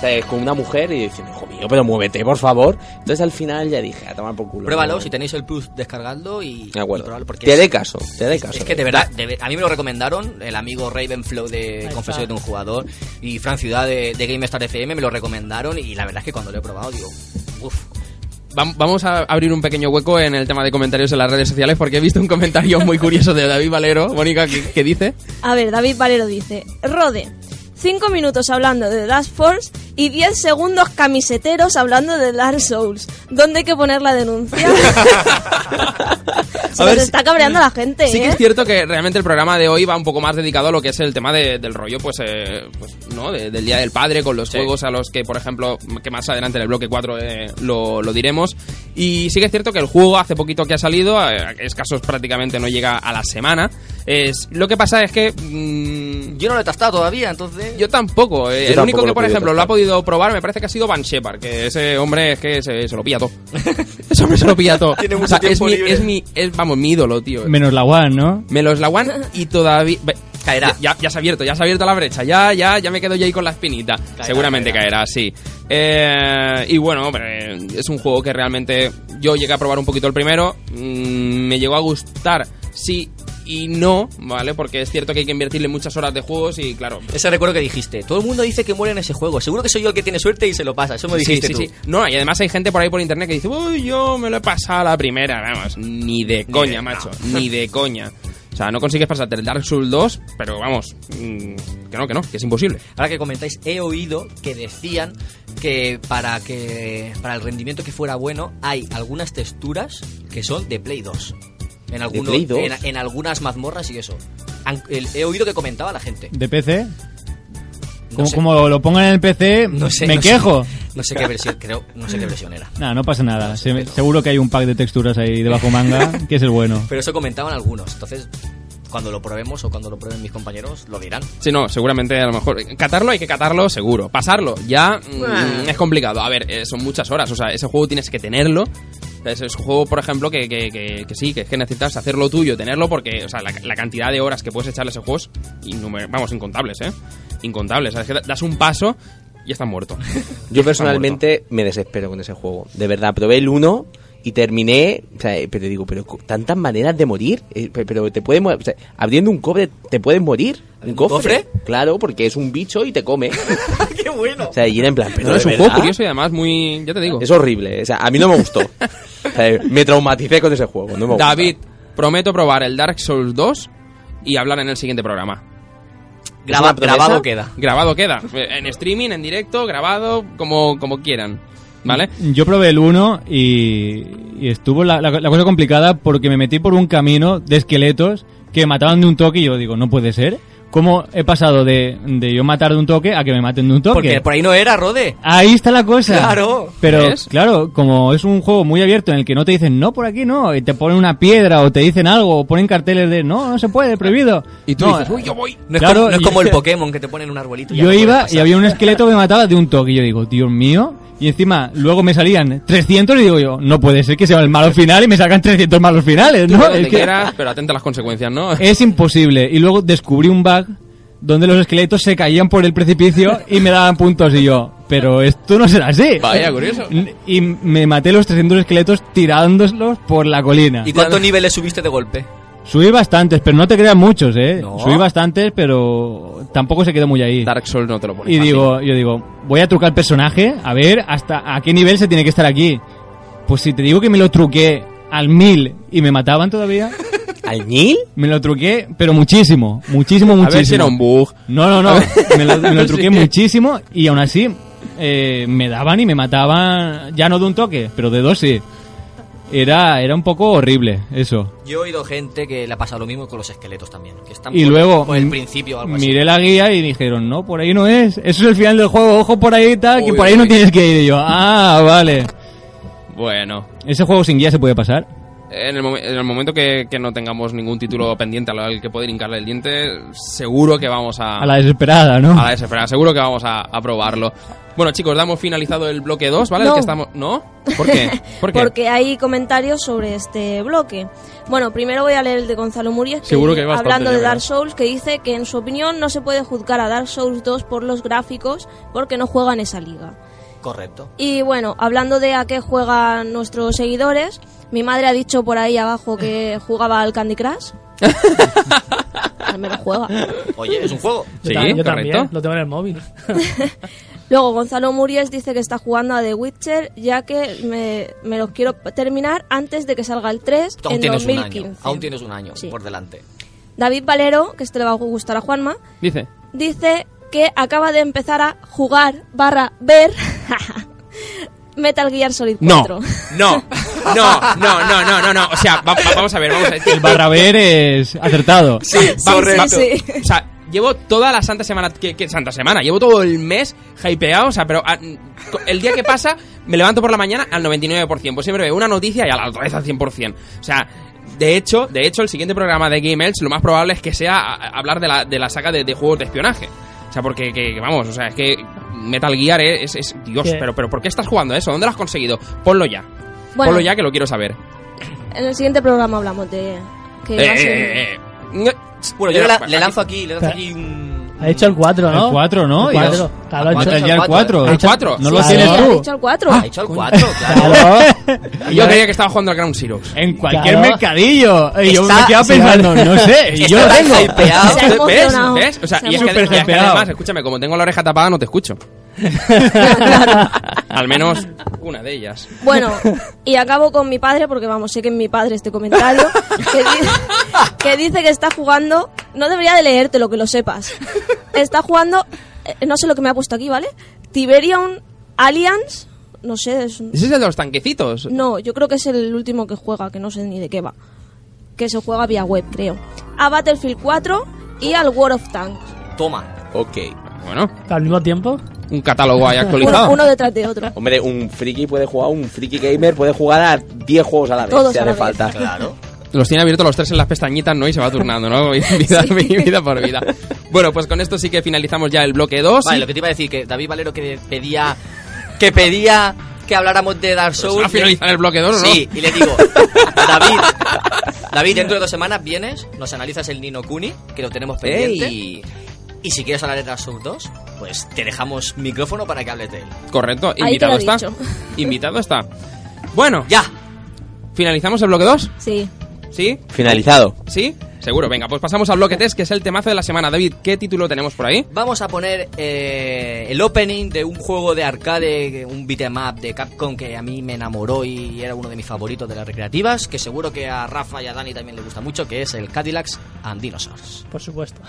Speaker 6: ¿sabes? Con una mujer y diciendo, hijo mío, pero muévete, por favor. Entonces al final ya dije, a tomar por culo.
Speaker 3: Pruébalo,
Speaker 6: No.
Speaker 3: si tenéis el plus, descargadlo y, y
Speaker 6: De acuerdo.
Speaker 3: probadlo, porque
Speaker 6: Te
Speaker 3: es-
Speaker 6: haré caso, te haré
Speaker 3: es-
Speaker 6: caso.
Speaker 3: Es que de verdad, de ver- a mí me lo recomendaron el amigo Ravenflow de
Speaker 7: está.
Speaker 3: Confesión de un jugador y Fran Ciudad de, de GameStar FM me lo recomendaron y la verdad es que cuando lo he probado digo, uff,
Speaker 2: Vam- Vamos a abrir un pequeño hueco en el tema de comentarios en las redes sociales porque he visto un comentario muy curioso de David Valero, Mónica, que, que dice...
Speaker 5: A ver, David Valero dice, Rode, 5 minutos hablando de Last Force y 10 segundos camiseteros hablando de Dark Souls. ¿Dónde hay que poner la denuncia? Se
Speaker 2: A
Speaker 5: nos
Speaker 2: ver,
Speaker 5: está cabreando la gente,
Speaker 2: Sí
Speaker 5: ¿eh?
Speaker 2: que es cierto que realmente el programa de hoy va un poco más dedicado a lo que es el tema de- del rollo, pues, eh, pues, ¿no? De- del Día del Padre, con los juegos a los que, por ejemplo, que más adelante en el bloque 4 eh, lo, lo diremos. Y sí que es cierto que el juego hace poquito que ha salido, a escasos prácticamente no llega a la semana. Es, lo que pasa es que... mm,
Speaker 3: yo no lo he tastado todavía, entonces...
Speaker 2: yo tampoco, eh.
Speaker 6: Yo
Speaker 2: el
Speaker 6: tampoco
Speaker 2: único
Speaker 6: lo
Speaker 2: que,
Speaker 6: he
Speaker 2: por
Speaker 6: podido
Speaker 2: ejemplo, lo ha
Speaker 6: testar.
Speaker 2: podido probar me parece que ha sido Van Shepard, que ese hombre es que se, se lo pilla todo. ese hombre se lo pilla todo.
Speaker 3: Tiene
Speaker 2: O
Speaker 3: mucho
Speaker 2: sea, es
Speaker 3: tiempo
Speaker 2: mi,
Speaker 3: libre.
Speaker 2: es mi, es, vamos, mi ídolo, tío.
Speaker 4: Menos la One, ¿no?
Speaker 2: Me los la one y todavía... ve,
Speaker 3: Caerá.
Speaker 2: Ya, ya se ha abierto, ya se ha abierto la brecha. Ya, ya, ya me quedo yo ahí con la espinita. Seguramente caerá, sí. Eh, y bueno, hombre, es un juego que realmente yo llegué a probar un poquito el primero. mm, me llegó a gustar, sí y no, ¿vale? Porque es cierto que hay que invertirle muchas horas de juegos y claro...
Speaker 3: Ese recuerdo que dijiste, todo el mundo dice que muere en ese juego, seguro que soy yo el que tiene suerte y se lo pasa, eso me dijiste tú.
Speaker 2: No, y además hay gente por ahí por internet que dice, uy, yo me lo he pasado a la primera, vamos, ni de coña, macho, ni de coña. O sea, no consigues pasarte el Dark Souls 2, pero vamos, mm, que no, que no, que es imposible.
Speaker 3: Ahora que comentáis, he oído que decían que para que para el rendimiento que fuera bueno hay algunas texturas que son de Play 2. En, algunos,
Speaker 6: Play 2?
Speaker 3: En, en algunas mazmorras y eso. Han- el- he oído que comentaba la gente.
Speaker 4: ¿De PC?
Speaker 3: No
Speaker 4: Como,
Speaker 3: sé,
Speaker 4: como lo pongan en el PC,
Speaker 3: no sé,
Speaker 4: me
Speaker 3: no sé.
Speaker 4: quejo.
Speaker 3: no sé qué versión, creo, no sé qué versión era.
Speaker 4: Nah, no pasa nada. Se- seguro que hay un pack de texturas ahí debajo manga que es el bueno.
Speaker 3: Pero eso comentaban algunos. Entonces, cuando lo probemos o cuando lo prueben mis compañeros, lo dirán.
Speaker 2: Sí, no, seguramente a lo mejor. Catarlo hay que catarlo seguro. Pasarlo ya mm, es complicado. A ver, eh, son muchas horas. O sea, ese juego tienes que tenerlo. Es, es un juego, por ejemplo, que, que, que- que sí, que es que necesitas hacerlo tuyo, tenerlo, porque, o sea, la, la cantidad de horas que puedes echarle a ese juego es innumer- vamos, incontables, ¿eh? Incontables. ¿sabes? Que da- das un paso y estás muerto.
Speaker 6: Yo personalmente me desespero con ese juego. De verdad, probé el 1 y terminé. O sea, eh, pero digo, pero co- tantas maneras de morir. eh, pe- Pero te puede mo- o sea, abriendo un cofre, te puedes morir. ¿Un
Speaker 3: ¿Abriendo un
Speaker 6: cofre? Claro, porque es un bicho y te come.
Speaker 3: ¡Qué bueno!
Speaker 6: O sea, y era en plan, pero
Speaker 2: Ah, No, es
Speaker 6: ¿de
Speaker 2: un juego
Speaker 6: verdad?
Speaker 2: curioso y además muy. Ya te digo.
Speaker 6: Es horrible. O sea, a mí no me gustó. O sea, eh, me traumaticé con ese juego. No me gusta.
Speaker 2: David, prometo probar el Dark Souls 2 y hablar en el siguiente programa.
Speaker 3: Graba-
Speaker 6: ¿Es una promesa?
Speaker 3: grabado queda.
Speaker 2: Grabado queda. En streaming, en directo, grabado, como, como quieran. ¿Vale?
Speaker 4: Yo probé el 1 y, y estuvo la, la- la cosa complicada porque me metí por un camino de esqueletos que mataban de un toque y yo digo, no puede ser. ¿Cómo he pasado de, de yo matar de un toque a que me maten de un toque?
Speaker 3: Porque por ahí no era, Rode.
Speaker 4: Ahí está la cosa.
Speaker 3: Claro.
Speaker 4: Pero
Speaker 2: ¿Ves?
Speaker 4: claro, como es un juego muy abierto en el que no te dicen no por aquí no, y te ponen una piedra o te dicen algo o ponen carteles de no, no se puede, prohibido.
Speaker 2: Y tú
Speaker 4: No,
Speaker 2: dices, uy, yo voy.
Speaker 3: No es,
Speaker 4: Claro,
Speaker 3: como, no es
Speaker 4: y-
Speaker 3: como el Pokémon que te ponen un arbolito. y ya
Speaker 4: Yo
Speaker 3: no puedes
Speaker 4: iba y
Speaker 3: pasar.
Speaker 4: había un esqueleto que me mataba de un toque. Y yo digo, Dios mío. Y encima, luego me salían 300 y digo yo, no puede ser que sea el malo final y me salgan 300 malos finales,
Speaker 2: Tú
Speaker 4: ¿no?
Speaker 2: donde
Speaker 4: Es, que- Eh,
Speaker 2: quieras, pero atenta a las consecuencias, ¿no?
Speaker 4: es imposible. Y luego descubrí un bug donde los esqueletos se caían por el precipicio y me daban puntos y yo, pero esto no será así.
Speaker 2: Vaya, curioso.
Speaker 4: Y me maté los 300 esqueletos tirándolos por la colina.
Speaker 3: ¿Y cuántos niveles subiste de golpe?
Speaker 4: Subí bastantes, pero no te crean muchos, ¿eh?
Speaker 3: No.
Speaker 4: Subí bastantes, pero tampoco se quedó muy ahí.
Speaker 2: Dark Souls no te lo pone
Speaker 4: Y
Speaker 2: fácil.
Speaker 4: digo, yo digo, voy a trucar el personaje, a ver hasta a qué nivel se tiene que estar aquí. Pues si te digo que me lo truqué al mil y me mataban todavía,
Speaker 6: ¿Al Nil?
Speaker 4: me lo truqué, pero muchísimo, muchísimo,
Speaker 2: a
Speaker 4: muchísimo.
Speaker 2: ver si era un bug.
Speaker 4: No, no,
Speaker 2: A
Speaker 4: no,
Speaker 2: ver.
Speaker 4: me lo, me lo
Speaker 2: Sí.
Speaker 4: truqué muchísimo y aún así eh, me daban y me mataban, ya no de un toque, pero de dos sí. Era, era un poco horrible eso.
Speaker 3: Yo he oído gente que le ha pasado lo mismo con los esqueletos también. Que están
Speaker 4: Y
Speaker 3: por-
Speaker 4: luego
Speaker 3: por el
Speaker 4: m-
Speaker 3: principio o algo así.
Speaker 4: miré la guía y dijeron, no, por ahí no es. Eso es el final del juego, ojo por ahí y tal, que
Speaker 2: Uy,
Speaker 4: por ahí no
Speaker 2: uy.
Speaker 4: tienes que ir. Y yo, ah, vale.
Speaker 2: Bueno.
Speaker 4: ¿Ese juego sin guía se puede pasar?
Speaker 2: En el, momen- en el momento que, que no tengamos ningún título pendiente al- al que poder hincarle el diente, seguro que vamos a,
Speaker 4: A la desesperada, ¿no?
Speaker 2: Ah. a la desesperada. Seguro que vamos a, a probarlo. Bueno, chicos, damos finalizado el bloque 2, ¿vale? El
Speaker 5: No.
Speaker 2: que estamos... ¿No? ¿Por qué? ¿Por qué?
Speaker 5: Porque hay comentarios sobre este bloque. Bueno, primero voy a leer el de Gonzalo Muriel,
Speaker 2: Seguro que hay bastante,
Speaker 5: hablando
Speaker 2: ya
Speaker 5: de
Speaker 2: verás.
Speaker 5: Dark Souls, que dice que en su opinión no se puede juzgar a Dark Souls 2 por los gráficos porque no juegan esa liga.
Speaker 3: Correcto.
Speaker 5: Y bueno, hablando de a qué juegan nuestros seguidores, mi madre ha dicho por ahí abajo que jugaba al Candy Crush. al menos juega.
Speaker 3: Oye, es un juego.
Speaker 7: Yo,
Speaker 2: Sí,
Speaker 7: ta- yo también,
Speaker 2: correcto.
Speaker 7: lo tengo en el móvil.
Speaker 5: Luego Gonzalo Muriel dice que está jugando a The Witcher ya que me, me lo quiero terminar antes de que salga el 3
Speaker 3: Aún
Speaker 5: en
Speaker 3: tienes
Speaker 5: 2015.
Speaker 3: un año. Aún tienes un año
Speaker 5: Sí.
Speaker 3: por delante.
Speaker 5: David Valero, que este le va a gustar a Juanma,
Speaker 2: Dice...
Speaker 5: dice que acaba de empezar a jugar barra ver Metal Gear Solid
Speaker 2: No,
Speaker 5: 4.
Speaker 2: no, no, no, no, no, no, no. O sea, va- va- vamos a ver, vamos a ver.
Speaker 4: El barra ver es acertado.
Speaker 2: Sí, va-
Speaker 5: Correcto.
Speaker 2: va-
Speaker 5: sí.
Speaker 2: O sea, llevo toda la santa semana, que, que santa semana, llevo todo el mes hypeado, o sea, pero ah, co- el día que pasa me levanto por la mañana al 99%, pues siempre veo una noticia y a la otra vez al 100%. O sea, de hecho, de hecho el siguiente programa de Game Elch lo más probable es que sea a- a- hablar de la, de la saga de, de juegos de espionaje. O sea, porque, que, que vamos, o sea, es que Metal Gear es... es- Dios,
Speaker 7: ¿Qué?
Speaker 2: pero, pero ¿por qué estás jugando eso? ¿Dónde lo has conseguido? Ponlo ya.
Speaker 5: Bueno.
Speaker 2: Ponlo ya que lo quiero saber.
Speaker 5: En el siguiente programa hablamos de que va a ser-
Speaker 2: Eh, eh, eh, eh.
Speaker 3: Bueno,
Speaker 2: Pero,
Speaker 3: yo le, la-
Speaker 2: aquí-
Speaker 3: le lanzo aquí, le lanzo
Speaker 7: Espera.
Speaker 3: aquí un...
Speaker 7: Ha hecho el 4, ¿no?
Speaker 4: El 4, ¿no?
Speaker 7: El
Speaker 4: Y
Speaker 7: cuatro.
Speaker 4: dos.
Speaker 7: Claro, ha
Speaker 3: Ah,
Speaker 7: hecho-
Speaker 4: Metal Gear
Speaker 3: el
Speaker 4: 4.
Speaker 3: cuatro,
Speaker 2: ¿El cuatro?
Speaker 4: No lo
Speaker 7: Sí,
Speaker 5: Sí,
Speaker 4: tienes
Speaker 5: ha
Speaker 4: tú.
Speaker 5: dicho el 4.
Speaker 2: Ah.
Speaker 3: Ha hecho el 4, claro.
Speaker 2: Y Yo creía que estaba jugando al Ground Zeroes.
Speaker 4: En cualquier
Speaker 7: Claro.
Speaker 4: mercadillo. Y yo
Speaker 3: Está-
Speaker 4: me quedaba
Speaker 3: sí,
Speaker 4: pensando, no sé, yo lo
Speaker 3: Está
Speaker 4: tengo.
Speaker 3: hypeado.
Speaker 5: Se ha
Speaker 2: ¿Ves?
Speaker 5: emocionado.
Speaker 2: ¿Ves? O sea,
Speaker 5: Se ha
Speaker 2: y es que, y
Speaker 4: emocionado.
Speaker 2: es que
Speaker 4: Superhypeado.
Speaker 2: además, escúchame, como tengo la oreja tapada no te escucho. Al menos una de ellas.
Speaker 5: Bueno, y acabo con mi padre, porque vamos, sé que es mi padre este comentario, que, di- que dice que está jugando, no debería de leerte lo que lo sepas, está jugando, eh, no sé lo que me ha puesto aquí, ¿vale? Tiberium Alliance, no sé, es un-
Speaker 2: Ese es el de los tanquecitos.
Speaker 5: no, yo creo que es el último que juega, que no sé ni de qué va, que se juega vía web, creo, a Battlefield 4 y al War of Tanks,
Speaker 3: Toma.
Speaker 6: Ok.
Speaker 2: Bueno,
Speaker 7: Al mismo tiempo.
Speaker 2: un catálogo ahí
Speaker 5: uno,
Speaker 2: actualizado.
Speaker 5: uno detrás de otro.
Speaker 6: Hombre, un friki puede jugar, un friki gamer puede jugar a 10 juegos a la vez,
Speaker 5: Todos
Speaker 6: si
Speaker 5: a la vez.
Speaker 6: hace falta.
Speaker 3: Claro.
Speaker 2: Los tiene abiertos los tres en las pestañitas, ¿no? Y se va turnando, ¿no? Vida, vida por vida. Bueno, pues con esto sí que finalizamos ya el bloque 2.
Speaker 3: Vale, lo que te iba a decir, que David Valero que pedía... Que pedía que habláramos de Dark Souls.
Speaker 2: a finalizar el bloque 2, ¿no?
Speaker 3: Sí, y le digo, David, David, dentro de dos semanas vienes, nos analizas el Nino Kuni, que lo tenemos pendiente. Y, y si quieres hablar de Dark Souls 2, pues te dejamos micrófono para que hables de él.
Speaker 2: Correcto,
Speaker 5: Ahí te
Speaker 2: invitado
Speaker 5: lo he
Speaker 2: está.
Speaker 5: dicho.
Speaker 2: Invitado está. Bueno,
Speaker 3: ¡Ya!
Speaker 2: ¿finalizamos el bloque 2?
Speaker 5: Sí.
Speaker 2: ¿Sí?
Speaker 6: Finalizado.
Speaker 2: ¿Sí? Seguro, venga, pues pasamos al bloque 3, que es el temazo de la semana. David, ¿qué título tenemos por ahí?
Speaker 3: Vamos a poner eh, el opening de un juego de arcade, un beat'em up de Capcom que a mí me enamoró y era uno de mis favoritos de las recreativas, que seguro que a Rafa y a Dani también le gusta mucho, que es el Cadillacs and Dinosaurs.
Speaker 7: Por supuesto.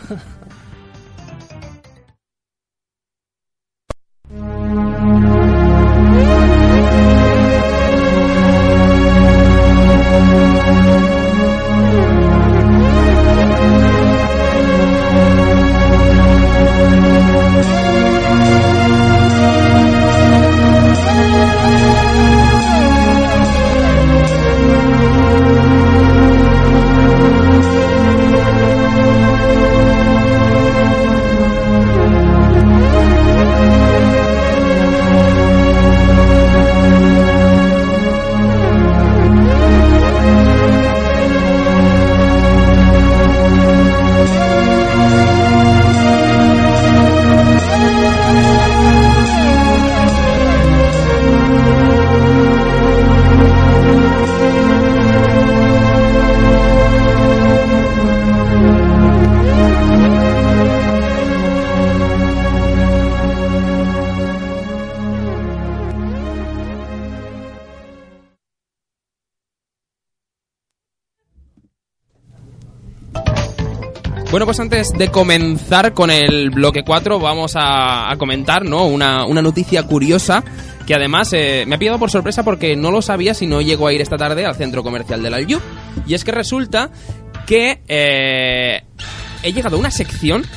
Speaker 2: Bueno, pues antes de comenzar con el bloque 4, vamos a, a comentar, ¿no? Una, una noticia curiosa que además eh, me ha pillado por sorpresa porque no lo sabía si no llego a ir esta tarde al centro comercial del Alju. Y es que resulta que eh, he llegado a una sección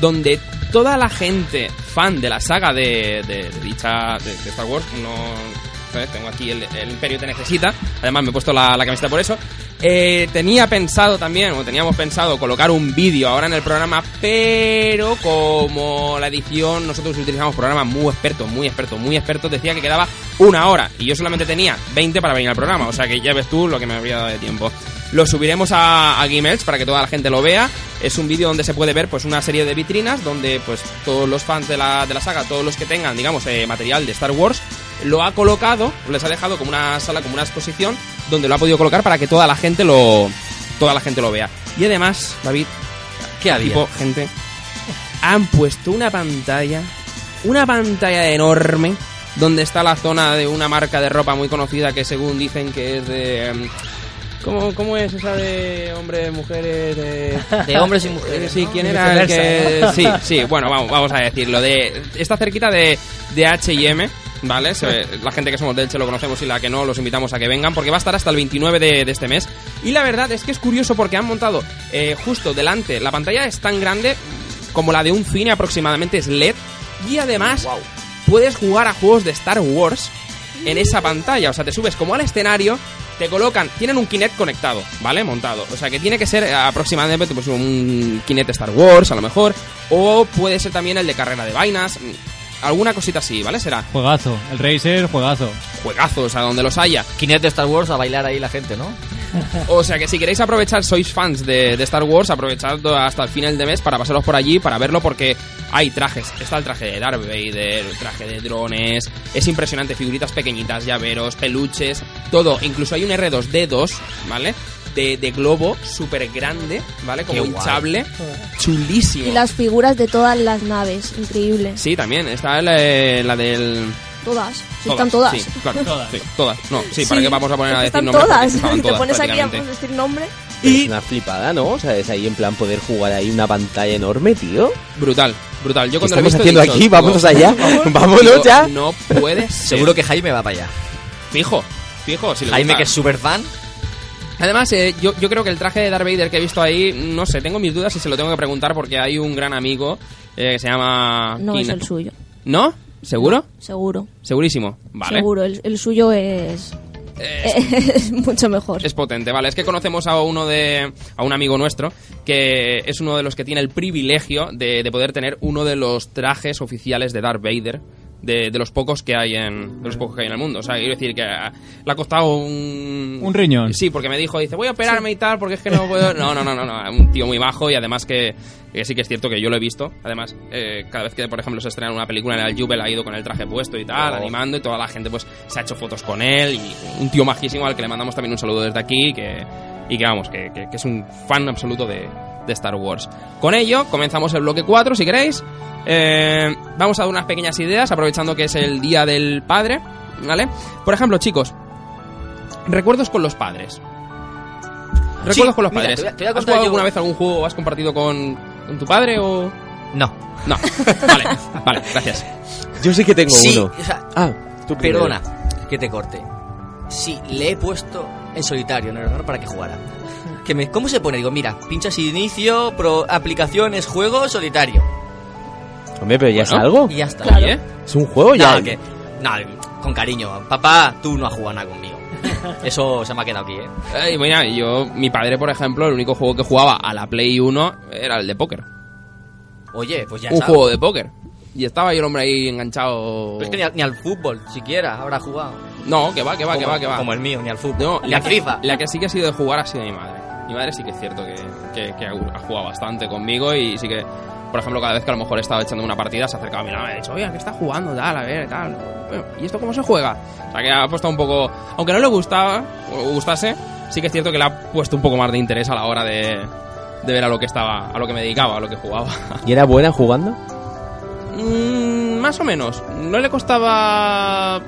Speaker 2: donde toda la gente fan de la saga de, de- de dicha de, de Star Wars no eh, tengo aquí el, el Imperio te necesita. Además, me he puesto la, la camiseta por eso. Eh, tenía pensado también, o teníamos pensado, colocar un vídeo ahora en el programa, pero como la edición, nosotros utilizamos programas muy expertos, muy expertos, muy expertos, decía que quedaba una hora y yo solamente tenía 20 para venir al programa. O sea que ya ves tú lo que me había dado de tiempo. Lo subiremos a, a Gimelch para que toda la gente lo vea. Es un vídeo donde se puede ver pues una serie de vitrinas donde pues todos los fans de la, de la saga, todos los que tengan, digamos, eh, material de Star Wars, lo ha colocado, les ha dejado como una sala, como una exposición, donde lo ha podido colocar para que toda la gente lo. toda la gente lo vea. Y además, David,
Speaker 3: ¿Qué había?
Speaker 2: tipo, gente, han puesto una pantalla, una pantalla enorme, donde está la zona de una marca de ropa muy conocida que según dicen que es de. em, ¿Cómo, cómo es esa de hombres, mujeres, de...
Speaker 3: De hombres y mujeres,
Speaker 2: Sí,
Speaker 3: ¿no?
Speaker 2: ¿quién
Speaker 3: Y
Speaker 2: era el que...?
Speaker 7: viceversa,
Speaker 2: Sí, sí, bueno, vamos, vamos a decirlo. De, está cerquita de, de H&M, ¿vale? Se ve- la gente que somos de Elche lo conocemos y la que no, los invitamos a que vengan porque va a estar hasta el 29 de, de este mes. Y la verdad es que es curioso porque han montado eh, justo delante, la pantalla es tan grande como la de un cine aproximadamente, es LED. Y además puedes jugar a juegos de Star Wars en esa pantalla. O sea, te subes como al escenario, te colocan, tienen un Kinect conectado, ¿vale? Montado. O sea, que tiene que ser eh, aproximadamente pues, un Kinect Star Wars, a lo mejor. O puede ser también el de carrera de vainas. mm, Alguna cosita así, ¿vale? Será
Speaker 4: Juegazo. El Racer, juegazo.
Speaker 2: juegazos a donde los haya.
Speaker 3: Kinect de Star Wars a bailar ahí la gente, ¿no?
Speaker 2: O sea que si queréis aprovechar, sois fans de, de Star Wars, aprovechad hasta el final de mes para pasaros por allí, para verlo, porque hay trajes. Está el traje de Darth Vader, el traje de drones, es impresionante, figuritas pequeñitas, llaveros, peluches, todo. Incluso hay un R2D2, ¿vale? De, de globo súper grande, ¿vale? Como
Speaker 3: Qué guay.
Speaker 2: hinchable, chulísimo.
Speaker 5: Y las figuras de todas las naves, increíble.
Speaker 2: Sí, también está el, eh, la del...
Speaker 5: Todas, sí, están todas.
Speaker 2: Sí, claro,
Speaker 4: Todas.
Speaker 2: sí, todas. No, sí, ¿para
Speaker 5: Sí,
Speaker 2: qué vamos a poner a decir
Speaker 5: Están
Speaker 2: nombres?
Speaker 5: todas.
Speaker 2: Estaban
Speaker 5: Te pones aquí a
Speaker 2: prácticamente.
Speaker 5: decir nombre.
Speaker 6: Y... Es una flipada, ¿no? O sea, es ahí en plan poder jugar ahí una pantalla enorme, tío.
Speaker 2: Brutal, brutal. Yo
Speaker 6: ¿Qué
Speaker 2: cuando lo he
Speaker 6: estamos
Speaker 2: visto he
Speaker 6: haciendo
Speaker 2: dicho,
Speaker 6: aquí?
Speaker 2: digo,
Speaker 6: Vámonos allá. Vámonos
Speaker 2: digo,
Speaker 6: ya.
Speaker 2: No puede ser.
Speaker 3: Seguro que Jaime va para allá.
Speaker 2: Fijo, fijo. Si le
Speaker 3: Jaime,
Speaker 2: gusta.
Speaker 3: que es super fan.
Speaker 2: Además, eh, yo, yo creo que el traje de Darth Vader que he visto ahí, no sé, tengo mis dudas y se lo tengo que preguntar porque hay un gran amigo eh, que se llama...
Speaker 5: No es
Speaker 2: Kina-
Speaker 5: el suyo,
Speaker 2: ¿No? ¿Seguro?
Speaker 5: seguro.
Speaker 2: Segurísimo. Vale.
Speaker 5: Seguro, el, el suyo es,
Speaker 2: Eh,
Speaker 5: es mucho mejor.
Speaker 2: Es potente, vale. Es que conocemos a uno de. a un amigo nuestro, que es uno de los que tiene el privilegio de, de poder tener uno de los trajes oficiales de Darth Vader. De, de los pocos que hay en de los pocos que hay en el mundo o sea quiero decir que ah, le ha costado un
Speaker 4: Un riñón.
Speaker 2: sí porque me dijo dice voy a operarme y tal porque es que no puedo no no no no, no. un tío muy bajo y además que, que sí que es cierto que yo lo he visto además eh, cada vez que por ejemplo se estrena una película en el Jubel ha ido con el traje puesto y tal
Speaker 3: Oh.
Speaker 2: animando y toda la gente pues se ha hecho fotos con él y un tío majísimo al que le mandamos también un saludo desde aquí que, y que vamos, que, que- que es un fan absoluto de, de Star Wars. Con ello comenzamos el bloque 4 si queréis. Eh, vamos a dar unas pequeñas ideas aprovechando que es el Día del Padre, ¿vale? Por ejemplo chicos, recuerdos con los padres. Recuerdos
Speaker 3: Sí,
Speaker 2: con los
Speaker 3: mira,
Speaker 2: padres.
Speaker 3: te voy a- te voy a
Speaker 2: ¿Has
Speaker 3: contar
Speaker 2: jugado
Speaker 3: yo-
Speaker 2: alguna vez algún juego o has compartido con, con tu padre o...?
Speaker 3: No.
Speaker 2: No, vale, vale, gracias.
Speaker 6: Yo sí que tengo
Speaker 3: sí,
Speaker 6: uno.
Speaker 3: o sea,
Speaker 6: Ah, tú primero.
Speaker 3: perdona que te corte. Sí, le he puesto en solitario en el ordenador para que jugara. Que me, ¿Cómo se pone? Digo, mira, pinchas inicio, pro, aplicaciones, juego, solitario.
Speaker 6: Hombre, pero ya es
Speaker 2: Bueno.
Speaker 6: algo.
Speaker 3: Y ya está.
Speaker 2: Oye, ¿eh?
Speaker 6: Es un juego ya.
Speaker 3: No, que- no, con cariño. Papá, tú no has jugado nada conmigo. Eso se me ha quedado aquí, ¿eh?
Speaker 2: Ay, mira, yo, mi padre, por ejemplo, el único juego que jugaba a la Play 1 era el de póker.
Speaker 3: Oye, pues ya
Speaker 2: un
Speaker 3: está.
Speaker 2: juego de póker. Y estaba yo el hombre ahí enganchado.
Speaker 3: Pero es que ni, al- ni al fútbol siquiera habrá jugado.
Speaker 2: No, que va, que va, que
Speaker 3: Como-
Speaker 2: va, que va.
Speaker 3: Como el mío, ni al fútbol.
Speaker 2: No,
Speaker 3: ni al FIFA.
Speaker 2: La que sí que ha sido de jugar ha sido mi madre. Mi madre sí que es cierto que, que- que ha jugado bastante conmigo y sí que, por ejemplo, cada vez que a lo mejor estaba echando una partida se acercaba a mi lado y me ha dicho, oye, ¿qué está jugando? Tal, a ver, tal. Bueno, ¿Y esto cómo se juega? O sea, que ha puesto un poco... Aunque no le gustaba o gustase, sí que es cierto que le ha puesto un poco más de interés a la hora de, de ver a lo que estaba, a lo que me dedicaba, a lo que jugaba.
Speaker 6: ¿Y era buena jugando?
Speaker 2: Mm, más o menos. No le costaba.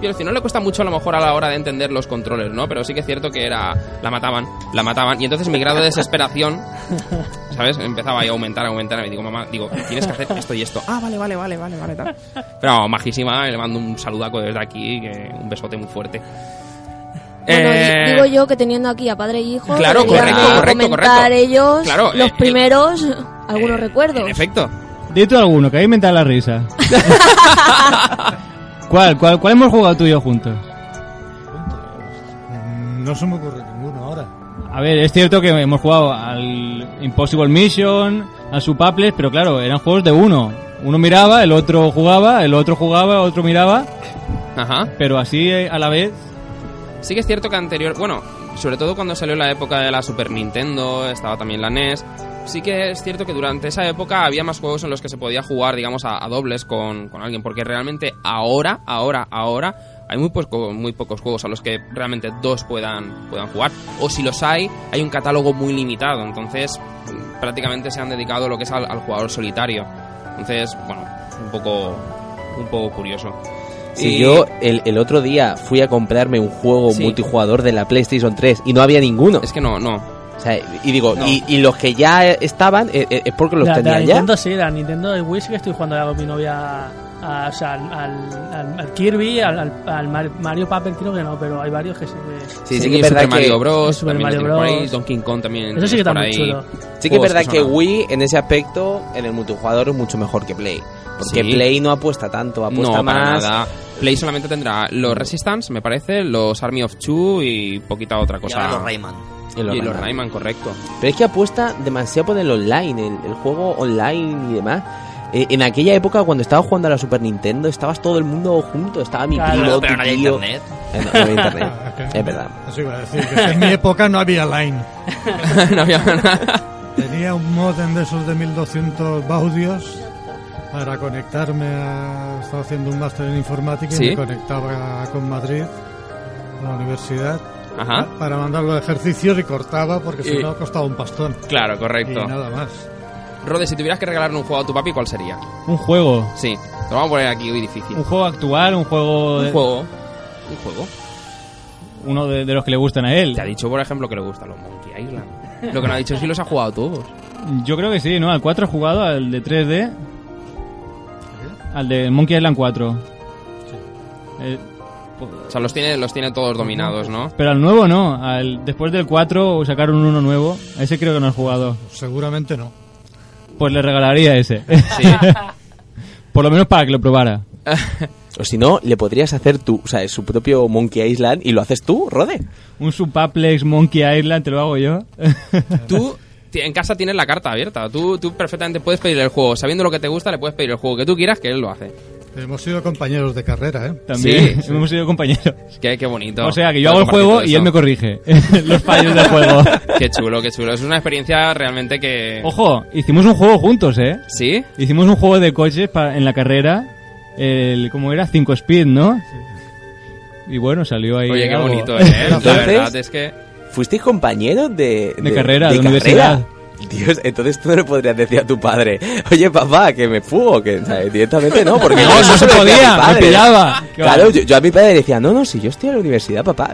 Speaker 2: Quiero decir, no le cuesta mucho a lo mejor a la hora de entender los controles, ¿no? Pero sí que es cierto que era. La mataban, la mataban. Y entonces mi grado de desesperación, ¿sabes? Empezaba ahí a aumentar, a aumentar. Y me digo, mamá, digo, tienes que hacer esto y esto. Ah, vale, vale, vale, vale, vale, tal. Pero vamos, majísima, le mando un saludaco desde aquí, que un besote muy fuerte.
Speaker 5: Bueno,
Speaker 2: Eh,
Speaker 5: di- digo yo que teniendo aquí a padre y hijo,
Speaker 2: Claro,
Speaker 5: deberían
Speaker 2: correcto,
Speaker 5: de
Speaker 2: correcto,
Speaker 5: comentar
Speaker 2: correcto.
Speaker 5: ellos
Speaker 2: Claro,
Speaker 5: los
Speaker 2: eh,
Speaker 5: primeros algunos
Speaker 2: eh,
Speaker 5: recuerdos.
Speaker 2: En efecto.
Speaker 4: Dito alguno, que ahí me da la risa. ¿Cuál, cuál, cuál hemos jugado tú y yo juntos?
Speaker 8: Mm, No se me ocurre ninguno ahora.
Speaker 4: A ver, es cierto que hemos jugado al Impossible Mission, al Supaples, pero claro, eran juegos de uno. Uno miraba, el otro jugaba, el otro jugaba, el otro miraba,
Speaker 2: Ajá.
Speaker 4: pero así eh, a la vez.
Speaker 2: Sí que es cierto que anterior, bueno, sobre todo cuando salió la época de la Super Nintendo, estaba también la NES. Sí que es cierto que durante esa época había más juegos en los que se podía jugar, digamos, a, a dobles con, con alguien, porque realmente ahora, ahora, ahora hay muy, poco- muy pocos juegos a los que realmente dos puedan, puedan jugar, o si los hay, hay un catálogo muy limitado, entonces mm, prácticamente se han dedicado lo que es al, al jugador solitario. Entonces, bueno, un poco, un poco curioso.
Speaker 6: Si
Speaker 2: Y-
Speaker 6: yo el, el otro día fui a comprarme un juego
Speaker 2: Sí.
Speaker 6: multijugador de la PlayStation 3 y no había ninguno.
Speaker 2: Es que no, no,
Speaker 6: O sea, y digo, y, y los que ya estaban, eh, eh, es porque los
Speaker 7: la, de la
Speaker 6: tenían ya.
Speaker 7: Nintendo sí, la Nintendo de Wii sí que estoy jugando ahora con mi novia a- o sea, al, al- al- al Kirby, al, al- al Mar- Mario Paper creo que no, pero hay varios que sí que...
Speaker 6: Sí, sí,
Speaker 2: Sí,
Speaker 6: que es
Speaker 2: Super
Speaker 6: verdad
Speaker 2: Mario
Speaker 6: que,
Speaker 2: Bros.
Speaker 7: Super
Speaker 2: también
Speaker 7: Mario
Speaker 2: lo tiene por ahí,
Speaker 7: Bros.
Speaker 2: Donkey Kong también.
Speaker 7: Eso sí que
Speaker 2: tienes
Speaker 7: está
Speaker 2: por
Speaker 7: muy
Speaker 2: ahí.
Speaker 7: chulo.
Speaker 6: Sí que es
Speaker 2: Juegos
Speaker 6: verdad que
Speaker 2: son-
Speaker 6: Wii en ese aspecto, en el multijugador, es mucho mejor que Play.
Speaker 2: Sí.
Speaker 6: Porque Play no apuesta tanto, apuesta
Speaker 2: No, para
Speaker 6: más.
Speaker 2: nada. Play solamente tendrá los Resistance, me parece, los Army of Two y poquita otra
Speaker 3: Y
Speaker 2: cosa.
Speaker 3: ahora los Rayman.
Speaker 6: en los
Speaker 2: Y los
Speaker 6: Rayman.
Speaker 2: Rayman, correcto.
Speaker 6: Pero es que apuesta demasiado por el online, el, el juego online y demás. Eh, en aquella época, cuando estaba jugando a la Super Nintendo, estabas todo el mundo junto. Estaba mi
Speaker 7: Claro,
Speaker 6: primo,
Speaker 3: pero no
Speaker 6: tu
Speaker 3: hay
Speaker 6: tío.
Speaker 3: internet.
Speaker 6: Eh, no, no había internet.
Speaker 8: Ah, ok.
Speaker 6: Es verdad.
Speaker 8: Eso iba a decir, que en mi época no había line.
Speaker 2: no había nada.
Speaker 8: Tenía un modem de esos de 1200 baudios para conectarme a... Estaba haciendo un máster en informática y
Speaker 2: Sí.
Speaker 8: me conectaba con Madrid, a la universidad,
Speaker 2: Ajá.
Speaker 8: para mandar los ejercicios y cortaba porque si
Speaker 2: Ah. Y-
Speaker 8: no costaba un pastón.
Speaker 2: Claro, correcto.
Speaker 8: Y nada más.
Speaker 2: Rode, si tuvieras que regalarle un juego a tu papi, ¿cuál sería?
Speaker 4: Un juego.
Speaker 2: Sí, te lo vamos a poner aquí muy difícil.
Speaker 4: Un juego actual, un juego.
Speaker 2: Un
Speaker 4: de-
Speaker 2: juego. Un juego.
Speaker 4: Uno de, de los que le gustan a él.
Speaker 2: Te ha dicho, por ejemplo, que le gustan los Monkey Island. Lo que no ha dicho es si los ha jugado todos.
Speaker 4: Yo creo que sí, ¿no? Al 4 he jugado, al de 3D. Al de Monkey Island 4. Eh,
Speaker 2: O sea, los tiene, los tiene todos dominados, ¿no?
Speaker 4: pero al nuevo no. Al, después del 4 sacaron uno nuevo. A ese creo que no he jugado.
Speaker 8: Seguramente no.
Speaker 4: Pues le regalaría ese. Por lo menos para que lo probara.
Speaker 6: O si no, le podrías hacer tú, o sea, su propio Monkey Island y lo haces tú, Rode.
Speaker 4: Un Supaplex Monkey Island, te lo hago yo.
Speaker 2: Tú ti- en casa tienes la carta abierta. Tú, tú perfectamente puedes pedir el juego. Sabiendo lo que te gusta, le puedes pedir el juego que tú quieras, que él lo hace.
Speaker 8: Hemos sido compañeros de carrera, ¿eh?
Speaker 4: También
Speaker 2: Sí,
Speaker 4: hemos sido compañeros.
Speaker 2: Qué, qué bonito.
Speaker 4: O sea, que
Speaker 2: Poder
Speaker 4: yo hago
Speaker 2: compartir
Speaker 4: el juego
Speaker 2: todo
Speaker 4: y
Speaker 2: eso.
Speaker 4: él me corrige los fallos del juego.
Speaker 2: Qué chulo, qué chulo. Es una experiencia realmente que.
Speaker 4: Ojo, hicimos un juego juntos, ¿eh?
Speaker 2: ¿Sí?
Speaker 4: Hicimos un juego de coches pa- en la carrera, el, ¿cómo era? 5 Speed, ¿no? Y bueno, salió ahí.
Speaker 2: Oye, qué
Speaker 4: algo.
Speaker 2: bonito, ¿eh? La
Speaker 6: Entonces-
Speaker 2: verdad es que.
Speaker 6: ¿Fuisteis compañeros de,
Speaker 4: De carrera, de universidad.
Speaker 6: Dios, entonces tú no le podrías decir a tu padre, oye papá, que me fugo, que ¿sabes? directamente no, porque
Speaker 4: No, no se
Speaker 6: lo decía
Speaker 4: podía,
Speaker 6: a mi padre.
Speaker 4: me pillaba. Qué
Speaker 6: Claro,
Speaker 4: va.
Speaker 6: yo, yo a mi padre le decía, no, no, si yo estoy en la universidad, papá.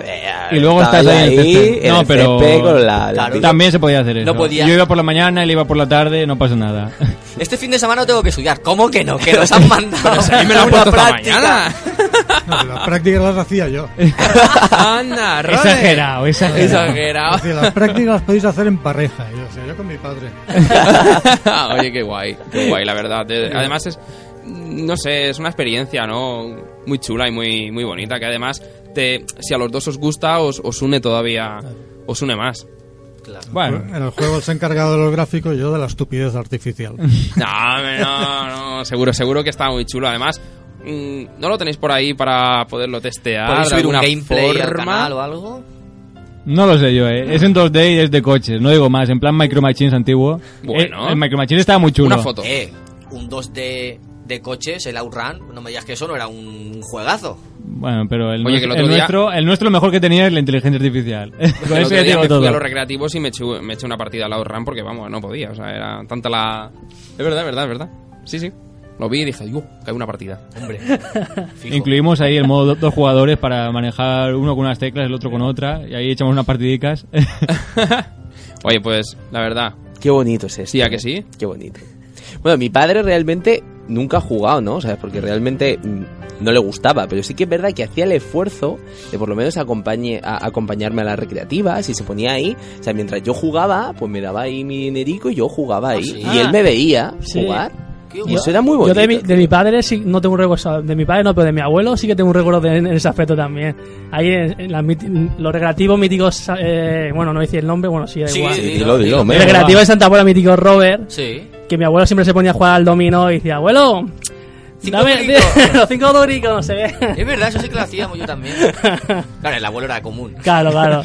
Speaker 4: Y luego estás ahí en el césped.
Speaker 6: no,
Speaker 4: No, pero-
Speaker 6: con la, la
Speaker 3: Claro,
Speaker 6: pila.
Speaker 4: También se podía hacer eso.
Speaker 3: No podía.
Speaker 4: Yo iba por la mañana, él iba por la tarde, no pasa nada.
Speaker 3: Este fin de semana no tengo que estudiar. ¿Cómo que no? Que nos han mandado
Speaker 2: A mí me lo han
Speaker 3: una
Speaker 2: puesto esta
Speaker 3: práctica.
Speaker 2: mañana.
Speaker 8: No, que las prácticas las hacía yo.
Speaker 2: Anda, Rode.
Speaker 4: exagerado, exagerado.
Speaker 2: Exagerado.
Speaker 8: Decía, las prácticas las podéis hacer en pareja. Y Yo, decía, yo con mi padre.
Speaker 2: Oye, qué guay. Qué guay, la verdad. Eh, Además es. No sé, es una experiencia, ¿no? Muy chula y muy, muy bonita. Que además, te, si a los dos os gusta, os, os une todavía. Os une más.
Speaker 4: Bueno,
Speaker 8: En el juego se ha encargado de los gráficos y yo de la estupidez artificial.
Speaker 2: No, hombre, no, no, seguro, seguro que está muy chulo. Además, mm, ¿no lo tenéis por ahí para poderlo testear?
Speaker 3: ¿Podéis
Speaker 2: de
Speaker 3: subir un
Speaker 2: alguna
Speaker 3: gameplay al
Speaker 2: forma?
Speaker 3: canal o algo?
Speaker 4: no lo sé yo, ¿eh? Es en 2D y es de coches, no digo más. En plan Micro Machines antiguo.
Speaker 2: Bueno.
Speaker 4: Eh, el Micro Machines estaba muy chulo.
Speaker 2: Una foto.
Speaker 3: Eh, un 2D de coches, el Outrun, no me digas que eso no era un juegazo.
Speaker 4: Bueno, pero el,
Speaker 2: Oye,
Speaker 4: nues-
Speaker 2: que el
Speaker 4: el,
Speaker 2: otro día-
Speaker 4: nuestro, el nuestro lo mejor que tenía es la inteligencia artificial. Con
Speaker 2: El
Speaker 4: eso
Speaker 2: otro
Speaker 4: ya
Speaker 2: día
Speaker 4: digo
Speaker 2: me fui
Speaker 4: todo.
Speaker 2: a los recreativos y me eché, me eché una partida al Outrun porque, vamos, no podía. O sea, era tanta la... Es verdad, es verdad, es verdad. Sí, sí. Lo vi y dije, yo, que hay una partida.
Speaker 3: Hombre, fijo.
Speaker 4: Incluimos ahí el modo do- dos jugadores para manejar uno con unas teclas, el otro con otra, y ahí echamos unas partidicas.
Speaker 2: Oye, pues, la verdad.
Speaker 6: Qué bonito es esto.
Speaker 2: Sí, ¿a que sí?
Speaker 6: Qué bonito. Bueno, mi padre realmente nunca ha jugado, ¿no? ¿Sabes? Porque realmente mm, no le gustaba, pero sí que es verdad que hacía el esfuerzo de por lo menos acompañe, a- acompañarme a la recreativa, si se ponía ahí. O sea, mientras yo jugaba, pues me daba ahí mi dinerico y yo jugaba ahí.
Speaker 3: sí.
Speaker 6: Y él me veía
Speaker 7: Sí.
Speaker 6: jugar.
Speaker 3: Qué
Speaker 6: Y eso era muy
Speaker 7: Yo
Speaker 6: bonito.
Speaker 7: de mi, de mi padre sí, no tengo un recuerdo, o sea, de mi padre no, pero de mi abuelo sí que tengo un recuerdo de- en ese aspecto también. Ahí en, en las miti- los recreativos míticos, eh, bueno, no decir el nombre, bueno, sí, da
Speaker 3: Sí,
Speaker 7: igual.
Speaker 3: sí,
Speaker 7: El
Speaker 6: Dilo, dilo, hombre.
Speaker 7: recreativo de Santa Paula mítico Robert,
Speaker 3: Sí.
Speaker 7: que mi abuelo siempre se ponía a jugar al dominó y decía, abuelo,
Speaker 3: Cinco
Speaker 7: dame
Speaker 3: duricos".
Speaker 7: los cinco duricos, no sé qué.
Speaker 3: Es verdad, eso sí que lo hacíamos yo también. Claro, el abuelo era común.
Speaker 7: Claro, claro.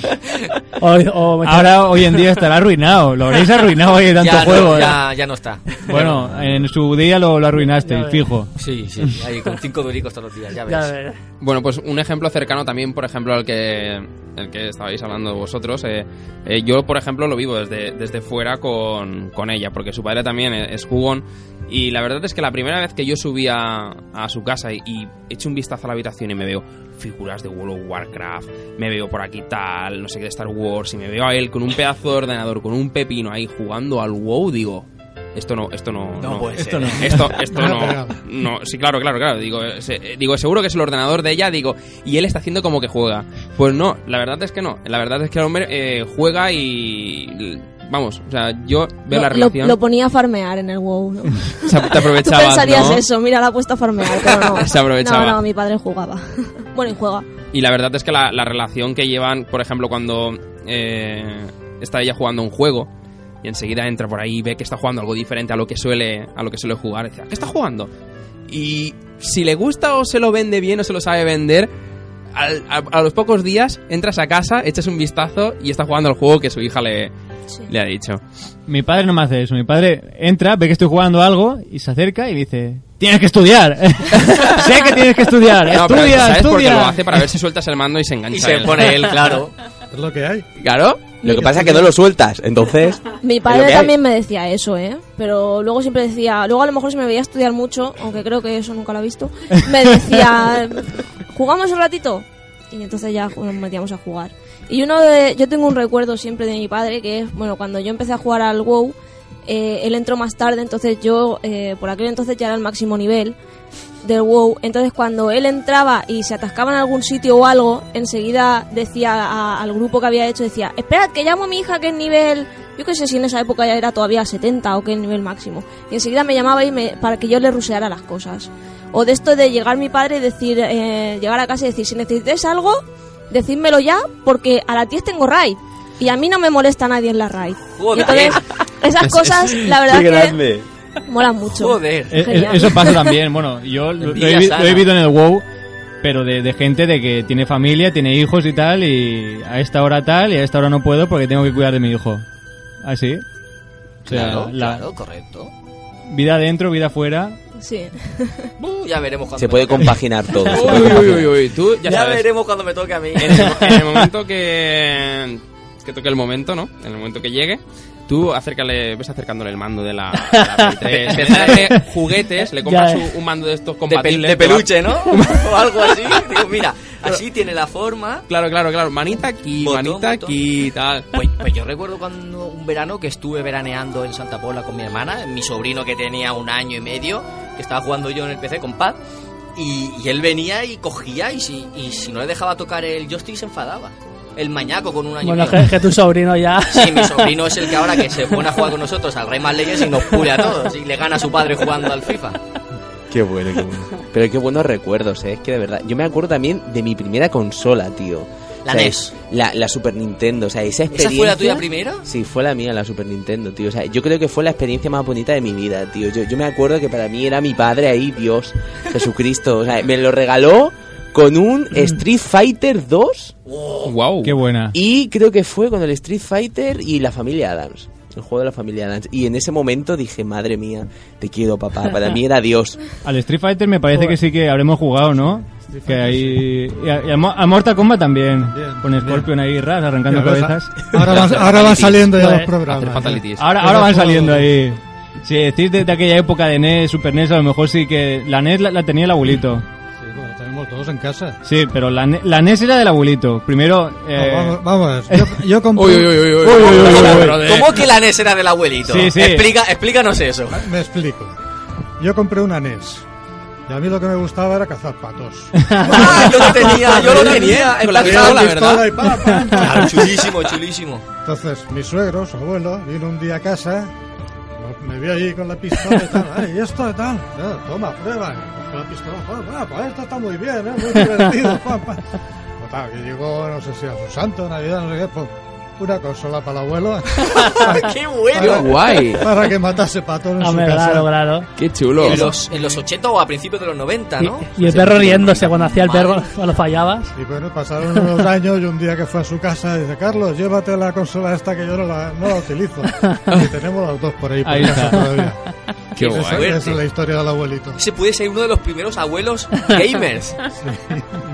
Speaker 7: O, o me-
Speaker 4: Ahora, hoy en día estará arruinado. Lo habréis arruinado hoy de tanto
Speaker 3: ya,
Speaker 4: juego.
Speaker 3: no,
Speaker 4: ¿eh?
Speaker 3: ya, ya no está.
Speaker 4: Bueno, en su día lo, lo
Speaker 7: Ya
Speaker 4: arruinaste,
Speaker 7: ves.
Speaker 4: fijo.
Speaker 3: Sí, sí, ahí con cinco duricos todos los días, ya ves.
Speaker 7: Ya ves.
Speaker 2: Bueno, pues un ejemplo cercano también, por ejemplo, al que, el que estabais hablando vosotros. eh, eh, yo, por ejemplo, lo vivo desde, desde fuera con, con ella, porque su padre también e-, es, es jugón. Y la verdad es que la primera vez que yo subí a, a su casa y, y eché un vistazo a la habitación y me veo figuras de World of Warcraft, me veo por aquí tal, no sé qué de Star Wars, y me veo a él con un pedazo de ordenador, con un pepino ahí jugando al WoW, digo, esto no, esto no,
Speaker 3: No, puede
Speaker 4: Esto
Speaker 3: ser.
Speaker 4: no.
Speaker 2: esto, esto
Speaker 8: Ah,
Speaker 2: no,
Speaker 8: pegado.
Speaker 2: no. Sí, claro, claro, claro. Digo, eh, se- eh, digo, seguro que es el ordenador de ella, digo, y él está haciendo como que juega. Pues no, la verdad es que no. La verdad es que el hombre eh, juega y. l- Vamos, o sea, yo veo
Speaker 5: Lo-
Speaker 2: la
Speaker 5: lo-
Speaker 2: relación.
Speaker 5: Lo, ponía a farmear en el WoW. ¿no?
Speaker 2: se ap- te
Speaker 5: Tú
Speaker 2: aprovechabas,
Speaker 5: pensarías
Speaker 2: ¿no?
Speaker 5: eso, mira, la ha puesto a farmear, pero no.
Speaker 2: Se aprovechaba.
Speaker 5: No, no, mi padre jugaba. bueno, y juega.
Speaker 2: Y la verdad es que la, la relación que llevan, por ejemplo, cuando eh, está ella jugando un juego y enseguida entra por ahí y ve que está jugando algo diferente a lo que suele, a lo que suele jugar, dice, "¿A ¿qué está jugando? Y si le gusta o se lo vende bien o se lo sabe vender, al- a, a los pocos días entras a casa, echas un vistazo y está jugando al juego que su hija le,
Speaker 5: Sí.
Speaker 2: le ha dicho.
Speaker 4: Mi padre no me hace eso. Mi padre entra, ve que estoy jugando algo y se acerca y dice: Tienes que estudiar. sé que tienes que estudiar.
Speaker 2: No, pero
Speaker 4: estudia,
Speaker 2: ¿sabes? Porque
Speaker 4: estudia.
Speaker 2: lo hace para ver si sueltas el mando y se engancha.
Speaker 3: Y se
Speaker 2: él.
Speaker 3: pone él, claro.
Speaker 8: Es lo que hay.
Speaker 2: Claro.
Speaker 6: Lo que pasa es que no lo sueltas, entonces...
Speaker 5: Mi
Speaker 6: lo que
Speaker 5: padre
Speaker 6: hay.
Speaker 5: también me decía eso, ¿eh? Pero luego siempre decía, luego a lo mejor si me veía estudiar mucho, aunque creo que eso nunca lo ha visto, me decía, ¿jugamos un ratito? Y entonces ya nos metíamos a jugar. Y uno de, yo tengo un recuerdo siempre de mi padre, que es, bueno, cuando yo empecé a jugar al WoW, eh, él entró más tarde, entonces yo, eh, por aquel entonces ya era el máximo nivel del WoW. Entonces cuando él entraba y se atascaba en algún sitio o algo, enseguida decía a- al grupo que había hecho, decía, esperad que llamo a mi hija que es nivel, yo qué sé si en esa época ya era todavía 70 o qué nivel máximo. Y enseguida me llamaba y me, para que yo le ruseara las cosas. O de esto de llegar mi padre y decir, eh, llegar a casa y decir, si necesitáis algo, decídmelo ya porque a las 10 tengo raid. Y a mí no me molesta nadie en la raid. Y
Speaker 3: Joder.
Speaker 5: entonces, esas cosas, la verdad
Speaker 6: ¡Qué
Speaker 5: es que
Speaker 6: grande!
Speaker 5: molan mucho.
Speaker 3: Joder.
Speaker 4: Eh, eh,
Speaker 5: Genial.
Speaker 4: eso pasa también. Bueno, yo lo, lo he, vi-
Speaker 3: Envidia sana.
Speaker 4: lo he vivido en el WoW, pero de, de gente de que tiene familia, tiene hijos y tal, y a esta hora tal, y a esta hora no puedo porque tengo que cuidar de mi hijo. Así. O sea,
Speaker 3: Claro,
Speaker 4: la
Speaker 3: claro, correcto.
Speaker 4: vida dentro, vida fuera.
Speaker 5: Sí.
Speaker 3: Uh, ya veremos cuando
Speaker 6: Se
Speaker 3: me
Speaker 6: puede
Speaker 3: toque a mí.
Speaker 6: compaginar todo. se puede
Speaker 2: Uy, uy,
Speaker 6: compaginar.
Speaker 2: uy, uy, tú ya
Speaker 3: Ya,
Speaker 2: sabes.
Speaker 3: veremos cuando me toque a mí.
Speaker 2: En el, mo- en el momento que, que toque el momento, ¿no? En el momento que llegue, tú acércale, ves acercándole el mando de la, de la Play 3, empieza a darle juguetes, le compras
Speaker 7: Ya,
Speaker 2: un, un mando de estos
Speaker 3: De, pe-
Speaker 2: compatibles.
Speaker 3: de
Speaker 2: que va-
Speaker 3: peluche, ¿no? o algo así. Digo, mira, así tiene la forma.
Speaker 2: Claro, claro, claro. Manita aquí,
Speaker 3: Botón,
Speaker 2: manita
Speaker 3: botón.
Speaker 2: aquí y tal.
Speaker 3: Pues, pues yo recuerdo cuando un verano que estuve veraneando en Santa Pola con mi hermana, mi sobrino que tenía un año y medio, que estaba jugando yo en el PC con Pad, y, y él venía y cogía y si, y si no le dejaba tocar el joystick se enfadaba. El mañaco con un año
Speaker 7: Bueno,
Speaker 3: y
Speaker 7: que,
Speaker 3: medio.
Speaker 7: que tu sobrino ya...
Speaker 3: Sí, mi sobrino es el que ahora que se pone a jugar con nosotros al Rey Más Leyes y nos pule a todos y le gana a su padre jugando al FIFA.
Speaker 6: Qué bueno, qué bueno. Pero qué buenos recuerdos, ¿eh? Es que de verdad. Yo me acuerdo también de mi primera consola, tío.
Speaker 3: La
Speaker 6: O sea,
Speaker 3: NES.
Speaker 6: La, la Super Nintendo. O sea,
Speaker 3: ¿Esa
Speaker 6: esa experiencia.
Speaker 3: fue la tuya primera?
Speaker 6: Sí, fue la mía, la Super Nintendo, tío. O sea, yo creo que fue la experiencia más bonita de mi vida, tío. Yo, yo me acuerdo que para mí era mi padre ahí, Dios, Jesucristo. O sea, me lo regaló con un Street Fighter 2
Speaker 2: Wow.
Speaker 3: Uh.
Speaker 4: Qué buena.
Speaker 6: y creo que fue con el Street Fighter y la familia Adams. El juego de la familia Adams. Y en ese momento dije, madre mía, te quiero, papá. Para mí era Dios.
Speaker 4: Al Street Fighter me parece que sí que habremos jugado, ¿no? Que ahí. Y a, y a Mo- a Mortal Kombat también.
Speaker 8: También,
Speaker 4: Con
Speaker 8: también.
Speaker 4: Scorpion ahí, ras, arrancando
Speaker 8: Mira, ¿verdad?
Speaker 4: cabezas.
Speaker 8: Ahora van, ahora van saliendo ya los
Speaker 7: Hacer
Speaker 8: programas.
Speaker 2: Hacer
Speaker 8: ¿eh?
Speaker 2: fatalities.
Speaker 4: Ahora, ahora van saliendo ahí. Si decís de, de aquella época de NES, Super NES, a lo mejor sí que la NES la, la tenía el abuelito.
Speaker 8: Sí, bueno, tenemos todos en casa.
Speaker 4: Sí, pero la, ne- la NES era del abuelito. Primero, eh,
Speaker 8: Vamos, vamos, yo, yo compré-
Speaker 2: Uy, uy, uy, uy, uy.
Speaker 3: ¿Cómo que la NES era del abuelito?
Speaker 4: Sí, sí.
Speaker 3: Explica, explícanos eso.
Speaker 8: Me explico. Yo compré una NES. Y a mí lo que me gustaba era cazar patos.
Speaker 3: Ah, yo lo tenía, yo lo tenía.
Speaker 2: Con la
Speaker 3: empatado.
Speaker 2: pistola,
Speaker 8: pistola y pa, pa, pa.
Speaker 3: Claro, chulísimo, chulísimo.
Speaker 8: Entonces, mi suegro, su abuelo, vino un día a casa, lo me vi ahí con la pistola y tal, ay, y esto y tal, Eh, toma, prueba, y cogí la pistola, pa, pa, pa, esto está muy bien, ¿eh? muy divertido, pa, pa. Total, que llegó, no sé si a su santo, Navidad, no sé qué, pues, una consola para el abuelo.
Speaker 3: ¡Qué
Speaker 2: ¡Qué
Speaker 3: bueno!
Speaker 2: guay!
Speaker 8: para que matase patón en su
Speaker 7: Hombre,
Speaker 8: casa.
Speaker 7: claro, claro.
Speaker 3: Ah,
Speaker 2: ¡Qué chulo!
Speaker 3: En los, en los 80 o a principios de los 90, Ah, ¿no? Pues
Speaker 7: Y, y el perro riéndose cuando hacía el perro cuando fallabas.
Speaker 8: Y bueno, pasaron unos años y un día que fue a su casa dice, Carlos, llévate la consola esta que yo no la, no la utilizo. Y tenemos las dos por ahí, por
Speaker 4: Ahí
Speaker 8: casa
Speaker 4: está.
Speaker 8: todavía.
Speaker 2: ¡Qué
Speaker 8: Esa-
Speaker 2: guay!
Speaker 8: Esa, es la historia del abuelito.
Speaker 3: Ese puede ser uno de los primeros abuelos gamers.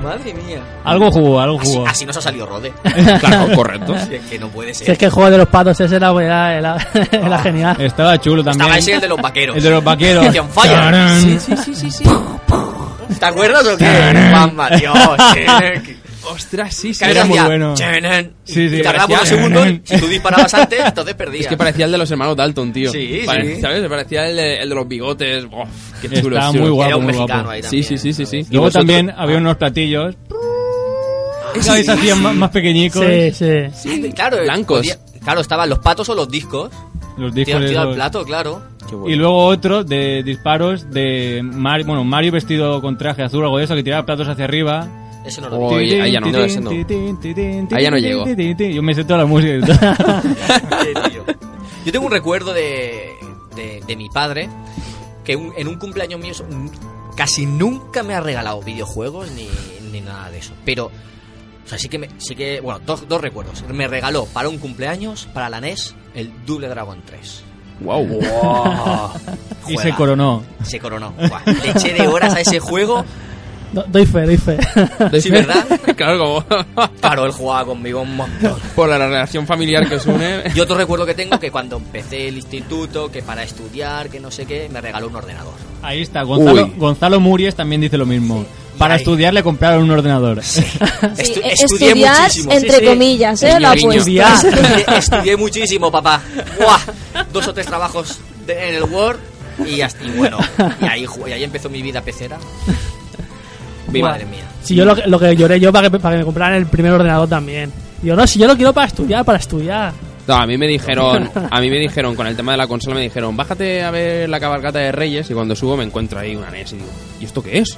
Speaker 3: Madre mía.
Speaker 4: Algo jugó, algo
Speaker 3: Así,
Speaker 4: jugó.
Speaker 3: así nos ha salido Rode.
Speaker 2: Claro, correcto.
Speaker 3: Si es que no puede ser.
Speaker 7: Si es que el juego de los patos ese era, era, era-
Speaker 3: Ah.
Speaker 7: era genial.
Speaker 4: Estaba chulo también.
Speaker 3: Estaba ese el de los vaqueros.
Speaker 4: El de los vaqueros.
Speaker 3: Christian Fire.
Speaker 4: Tarán.
Speaker 3: ¿Te acuerdas o qué? Mamma, Dios. eh.
Speaker 2: ¡Ostras, sí, sí!
Speaker 3: Que
Speaker 4: era muy
Speaker 3: hacía,
Speaker 4: bueno.
Speaker 3: "Chenan",
Speaker 4: Sí, sí,
Speaker 3: y tardaba unos
Speaker 4: parecía-
Speaker 3: segundos. Si tú disparabas antes, entonces perdías.
Speaker 2: Es que parecía el de los hermanos Dalton, tío.
Speaker 3: Sí,
Speaker 2: Pare-
Speaker 3: sí.
Speaker 2: ¿Sabes? Parecía el de, el de los bigotes. Uf, ¡Qué chulo!
Speaker 4: Estaba
Speaker 2: es chulo.
Speaker 3: Era
Speaker 4: muy guapo,
Speaker 3: un
Speaker 4: muy
Speaker 3: mexicano
Speaker 4: guapo.
Speaker 3: ahí
Speaker 2: Sí,
Speaker 3: también.
Speaker 2: sí, sí, sí, sí. ¿Y
Speaker 4: Luego
Speaker 2: vosotros? Ah.
Speaker 4: también había unos platillos. ¿Sabéis? Hacían más, más pequeñicos.
Speaker 7: Sí, sí.
Speaker 3: Sí, claro,
Speaker 2: Blancos.
Speaker 3: podía- claro, estaban los patos o los discos.
Speaker 4: Los
Speaker 3: Tira,
Speaker 4: discos.
Speaker 3: tira al
Speaker 4: esos.
Speaker 3: plato, claro.
Speaker 6: Qué
Speaker 4: Y
Speaker 6: bueno.
Speaker 4: luego otro de disparos de Mario, bueno, Mario vestido con traje azul o algo de eso, que tiraba platos hacia arriba.
Speaker 3: Eso no
Speaker 2: Oh,
Speaker 3: lo
Speaker 2: Oye, ahí ya no. No, ese no. Ahí ya no llego.
Speaker 4: Yo me sé toda la música. y todo.
Speaker 3: Sí, tío. Yo tengo un recuerdo de, de, de mi padre que un- en un cumpleaños mío mm, casi nunca me ha regalado videojuegos ni, ni nada de eso. Pero, o sea, sí que, me- sí que bueno, dos, dos recuerdos. Me regaló para un cumpleaños, para la NES, el Double Dragon 3.
Speaker 2: ¡Wow!
Speaker 4: y se
Speaker 3: Juega.
Speaker 4: coronó.
Speaker 3: Se coronó. Buah, le eché de horas a ese juego.
Speaker 7: Do- doy fe, doy fe.
Speaker 3: Sí, ¿verdad?
Speaker 2: claro, como
Speaker 3: Claro, él jugaba conmigo un montón.
Speaker 2: por la relación familiar que os une.
Speaker 3: Y otro recuerdo que tengo que cuando empecé el instituto, que para estudiar, que no sé qué, me regaló un ordenador.
Speaker 4: Ahí está. Gonzalo,
Speaker 2: Uy.
Speaker 4: Gonzalo Muries también dice lo mismo.
Speaker 3: Y
Speaker 4: Para
Speaker 3: ahí-
Speaker 4: estudiar le compraron un ordenador.
Speaker 5: Sí,
Speaker 3: Estu-
Speaker 5: eh, estudiar, entre
Speaker 7: sí, sí.
Speaker 5: comillas, ¿eh? Lo
Speaker 2: Guiño, guiño.
Speaker 5: apuesto.
Speaker 7: Estudiar.
Speaker 3: Estudié, estudié muchísimo, papá. Buah, Dos o tres trabajos de- en el Word y, hasta, y bueno, y ahí, ju- y ahí empezó mi vida pecera. Mi
Speaker 7: Buah.
Speaker 3: madre mía.
Speaker 7: Si yo lo, que- lo que lloré yo para que, para que me compraran el primer ordenador también. Yo no, si yo lo quiero para estudiar, para estudiar.
Speaker 2: No, a mí me dijeron, a mí me dijeron con el tema de la consola me dijeron, "Bájate a ver la cabalgata de Reyes" y cuando subo me encuentro ahí una NES y digo, "¿Y esto qué es?"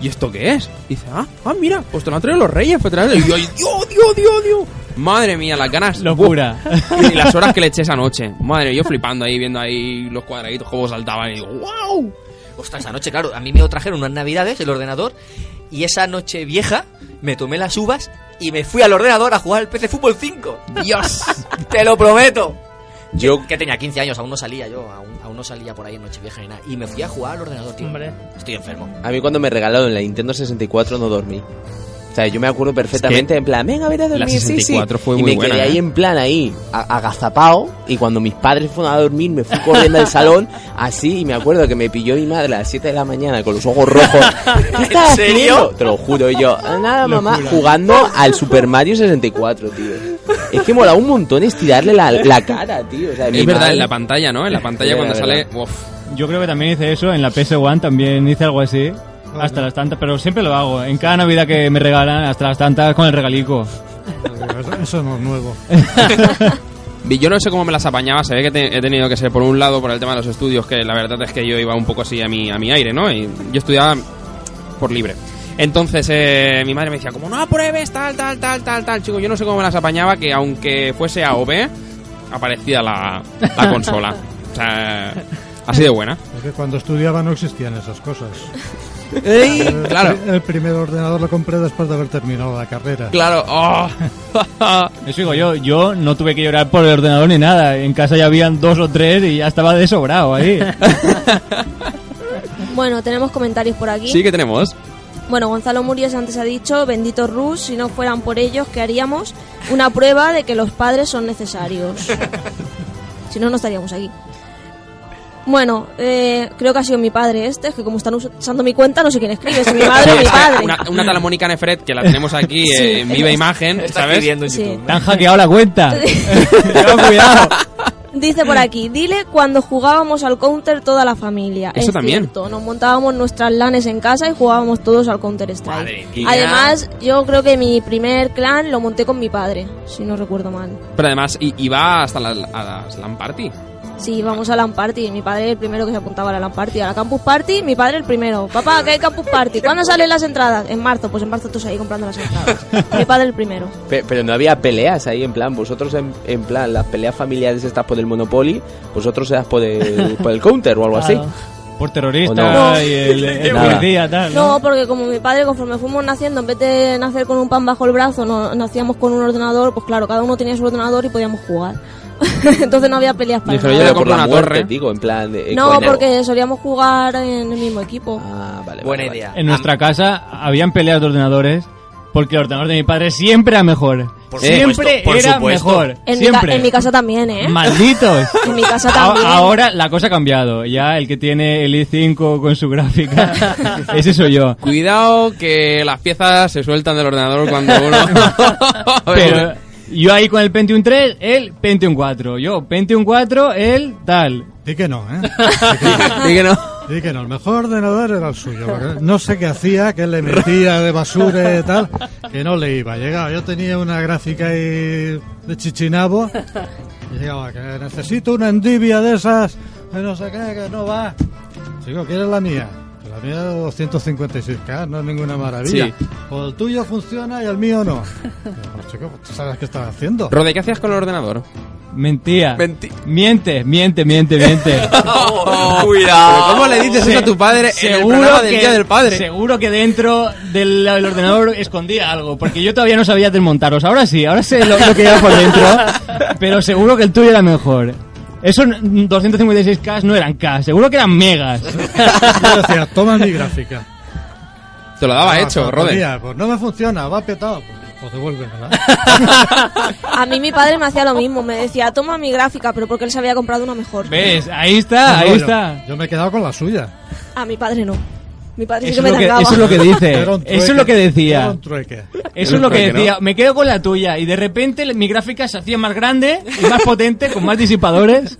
Speaker 2: ¿Y esto qué es? Y dice, ah, ah, mira, pues te lo han traído los reyes. Pues te lo han traído". Y yo, "Ay, Dios, Dios, Dios, Dios. Madre mía, las ganas.
Speaker 4: Locura.
Speaker 2: Buah. Y las horas que le eché esa noche. Madre, yo flipando ahí, viendo ahí los cuadraditos, cómo saltaban. Y digo, wow.
Speaker 3: Ostras, esa noche, claro, a mí me lo trajeron unas navidades el ordenador y esa noche vieja me tomé las uvas y me fui al ordenador a jugar al PC Fútbol 5. Dios, te lo prometo.
Speaker 6: Yo,
Speaker 3: Que tenía 15 años, aún no salía yo, aún, aún no salía por ahí en Nochevieja ni nada. Y me fui a jugar al ordenador, tío.
Speaker 7: Hombre.
Speaker 3: Estoy enfermo.
Speaker 6: a mí cuando me regalaron la Nintendo 64 no dormí. O sea, yo me acuerdo perfectamente en plan, venga, vete a dormir,
Speaker 2: la 64
Speaker 6: sí, sí.
Speaker 2: fue
Speaker 6: y
Speaker 2: muy
Speaker 6: me quedé
Speaker 2: buena,
Speaker 6: ahí
Speaker 2: ¿eh?
Speaker 6: en plan ahí, a- agazapao, y cuando mis padres fueron a dormir me fui corriendo al salón, así, y me acuerdo que me pilló mi madre a las 7 de la mañana con los ojos rojos. ¿Qué estabas
Speaker 3: serio?
Speaker 6: haciendo? Te lo juro, y yo, "Ah, nada mamá, jugando al Super Mario 64, tío. Es que mola un montón estirarle la, la cara, tío. O sea, mi
Speaker 2: Es verdad,
Speaker 6: madre-
Speaker 2: en la pantalla, ¿no? En la pantalla
Speaker 6: Sí,
Speaker 2: cuando
Speaker 6: la
Speaker 2: sale,
Speaker 6: verdad.
Speaker 2: uf,
Speaker 4: Yo creo que también hice eso. En la PS1 también hice algo así. Hasta las tantas, pero siempre lo hago. En cada Navidad que me regalan, hasta las tantas con el regalico.
Speaker 8: Pues Eso- Eso no es nuevo.
Speaker 2: Y Yo no sé cómo me las apañaba, se ve que te- he tenido que ser por un lado por el tema de los estudios, que la verdad es que yo iba un poco así a mi, a mi aire, ¿no? Y yo estudiaba por libre. Entonces eh, mi madre me decía, como no apruebes, tal, tal, tal, tal, tal, chico, yo no sé cómo me las apañaba, que aunque fuese A o B, aparecía la, la consola. O sea, así de buena.
Speaker 8: Es que cuando estudiaba no existían esas cosas. El-
Speaker 2: claro,
Speaker 8: El primer ordenador lo compré después de haber terminado la carrera.
Speaker 2: claro. oh.
Speaker 4: Eso digo yo, yo no tuve que llorar por el ordenador ni nada. En casa ya habían dos o tres y ya estaba de sobrado ahí.
Speaker 5: Bueno, tenemos comentarios por aquí.
Speaker 2: sí que tenemos.
Speaker 5: Bueno, Gonzalo Muries antes ha dicho, bendito Rus, si no fueran por ellos, ¿qué haríamos? Una prueba de que los padres son necesarios. si no, no estaríamos aquí. Bueno, eh, creo que ha sido mi padre este, es que como están us- usando mi cuenta, no sé quién escribe, si mi madre o mi padre.
Speaker 2: Una, una tal Mónica Nefret, que la tenemos aquí
Speaker 5: Sí.
Speaker 2: eh, en viva imagen,
Speaker 3: Está
Speaker 2: ¿sabes?
Speaker 3: escribiendo en
Speaker 5: Sí.
Speaker 3: YouTube. ¿no?
Speaker 4: Te han hackeado la cuenta. Lleva cuidado.
Speaker 5: Dice por aquí, dile cuando jugábamos al counter toda la familia.
Speaker 2: Eso
Speaker 5: Es
Speaker 2: también.
Speaker 5: cierto, nos montábamos nuestras lanes en casa y jugábamos todos al counter strike.
Speaker 3: Madre mía.
Speaker 5: Además, yo creo que mi primer clan lo monté con mi padre, si no recuerdo mal.
Speaker 2: Pero además i- iba hasta la, a las LAN Party.
Speaker 5: Sí, vamos a LAN Party. Mi padre el primero que se apuntaba a la LAN Party. A la Campus Party, mi padre el primero. Papá, que hay Campus Party. ¿Cuándo salen las entradas? En marzo. Pues en marzo tú ahí comprando las entradas. mi padre el primero.
Speaker 6: Pe- Pero no había peleas ahí, en plan, vosotros en, en plan, las peleas familiares estas por el Monopoly, vosotros eras por el, por el Counter o algo así.
Speaker 7: Claro.
Speaker 4: Por terrorista
Speaker 6: No.
Speaker 4: y el, el
Speaker 6: Nada.
Speaker 4: policía, tal.
Speaker 5: No, porque como mi padre, conforme fuimos naciendo, en vez de nacer con un pan bajo el brazo, no, nacíamos con un ordenador. Pues claro, cada uno tenía su ordenador y podíamos jugar. Entonces no había peleas para
Speaker 2: Dije,
Speaker 5: nada.
Speaker 2: yo le
Speaker 6: por
Speaker 2: compro
Speaker 6: la
Speaker 2: una
Speaker 6: muerte,
Speaker 2: torre.
Speaker 6: digo, en plan... de- eh,
Speaker 5: No,
Speaker 6: con el-
Speaker 5: porque solíamos jugar en el mismo equipo.
Speaker 6: Ah, vale,
Speaker 3: Buena
Speaker 6: vale, vale.
Speaker 3: idea.
Speaker 4: En nuestra casa habían peleas de ordenadores porque el ordenador de mi padre siempre era mejor.
Speaker 3: Por
Speaker 4: siempre
Speaker 3: supuesto, por
Speaker 4: era
Speaker 3: supuesto.
Speaker 4: mejor.
Speaker 5: En, mi ca-
Speaker 4: siempre.
Speaker 5: en mi casa también, ¿eh?
Speaker 4: Malditos.
Speaker 5: En mi casa
Speaker 4: A-
Speaker 5: también.
Speaker 4: Ahora la cosa ha cambiado. Ya el que tiene el i5 con su gráfica, ese soy yo.
Speaker 2: Cuidado que las piezas se sueltan del ordenador cuando uno...
Speaker 4: Pero yo ahí con el Pentium 3, él Pentium 4. Yo Pentium 4, él tal.
Speaker 8: Di que no, ¿eh?
Speaker 2: Sí que no.
Speaker 8: Di que no. El mejor ordenador era el suyo. porque no sé qué hacía, que le metía de basura y tal, que no le iba. Llegaba, yo tenía una gráfica ahí de chichinabo. Y llegaba, que necesito una endivia de esas, que no sé qué, que no va. Digo, ¿quieres la mía? La mía de 256K, ah, no es ninguna maravilla.
Speaker 2: Sí.
Speaker 8: O el tuyo funciona y el mío no. Digo, "Pues, chico, ¿tú sabes qué estás haciendo?
Speaker 2: Rode, ¿qué hacías con el ordenador?
Speaker 4: Mentía.
Speaker 2: Menti-
Speaker 4: miente, miente, miente, miente.
Speaker 2: Cuidado. ¿Cómo le dices eso a tu padre en el programa del Día del Padre?
Speaker 4: Seguro que dentro del, del ordenador escondía algo, porque yo todavía no sabía desmontaros. Ahora sí, ahora sé lo, lo que era por dentro, pero seguro que el tuyo era mejor. Esos 256K no eran K, seguro que eran megas.
Speaker 8: Yo decía, toma mi gráfica.
Speaker 2: Te lo daba
Speaker 8: Ah,
Speaker 2: hecho,
Speaker 8: pues,
Speaker 2: Rode.
Speaker 8: mira, pues no me funciona, va petado. Pues, pues devuélvemela.
Speaker 5: A mí mi padre me hacía lo mismo, me decía, toma mi gráfica, pero porque él se había comprado una mejor.
Speaker 4: ¿Ves? Ahí está,
Speaker 8: No,
Speaker 4: Ah, ahí
Speaker 8: yo-
Speaker 4: está.
Speaker 8: Yo, me he quedado con la suya.
Speaker 5: A mi padre no. Mi padre sí que
Speaker 4: Eso
Speaker 5: me
Speaker 4: es, lo que,
Speaker 5: tangaba.
Speaker 4: eso es lo que dice.
Speaker 8: Era
Speaker 4: Eso
Speaker 8: un
Speaker 4: es
Speaker 8: trueque,
Speaker 4: lo que
Speaker 8: Era
Speaker 4: decía.
Speaker 8: un trueque.
Speaker 4: Eso es lo que decía. Me quedo con la tuya y de repente mi gráfica se hacía más grande y más potente, con más disipadores.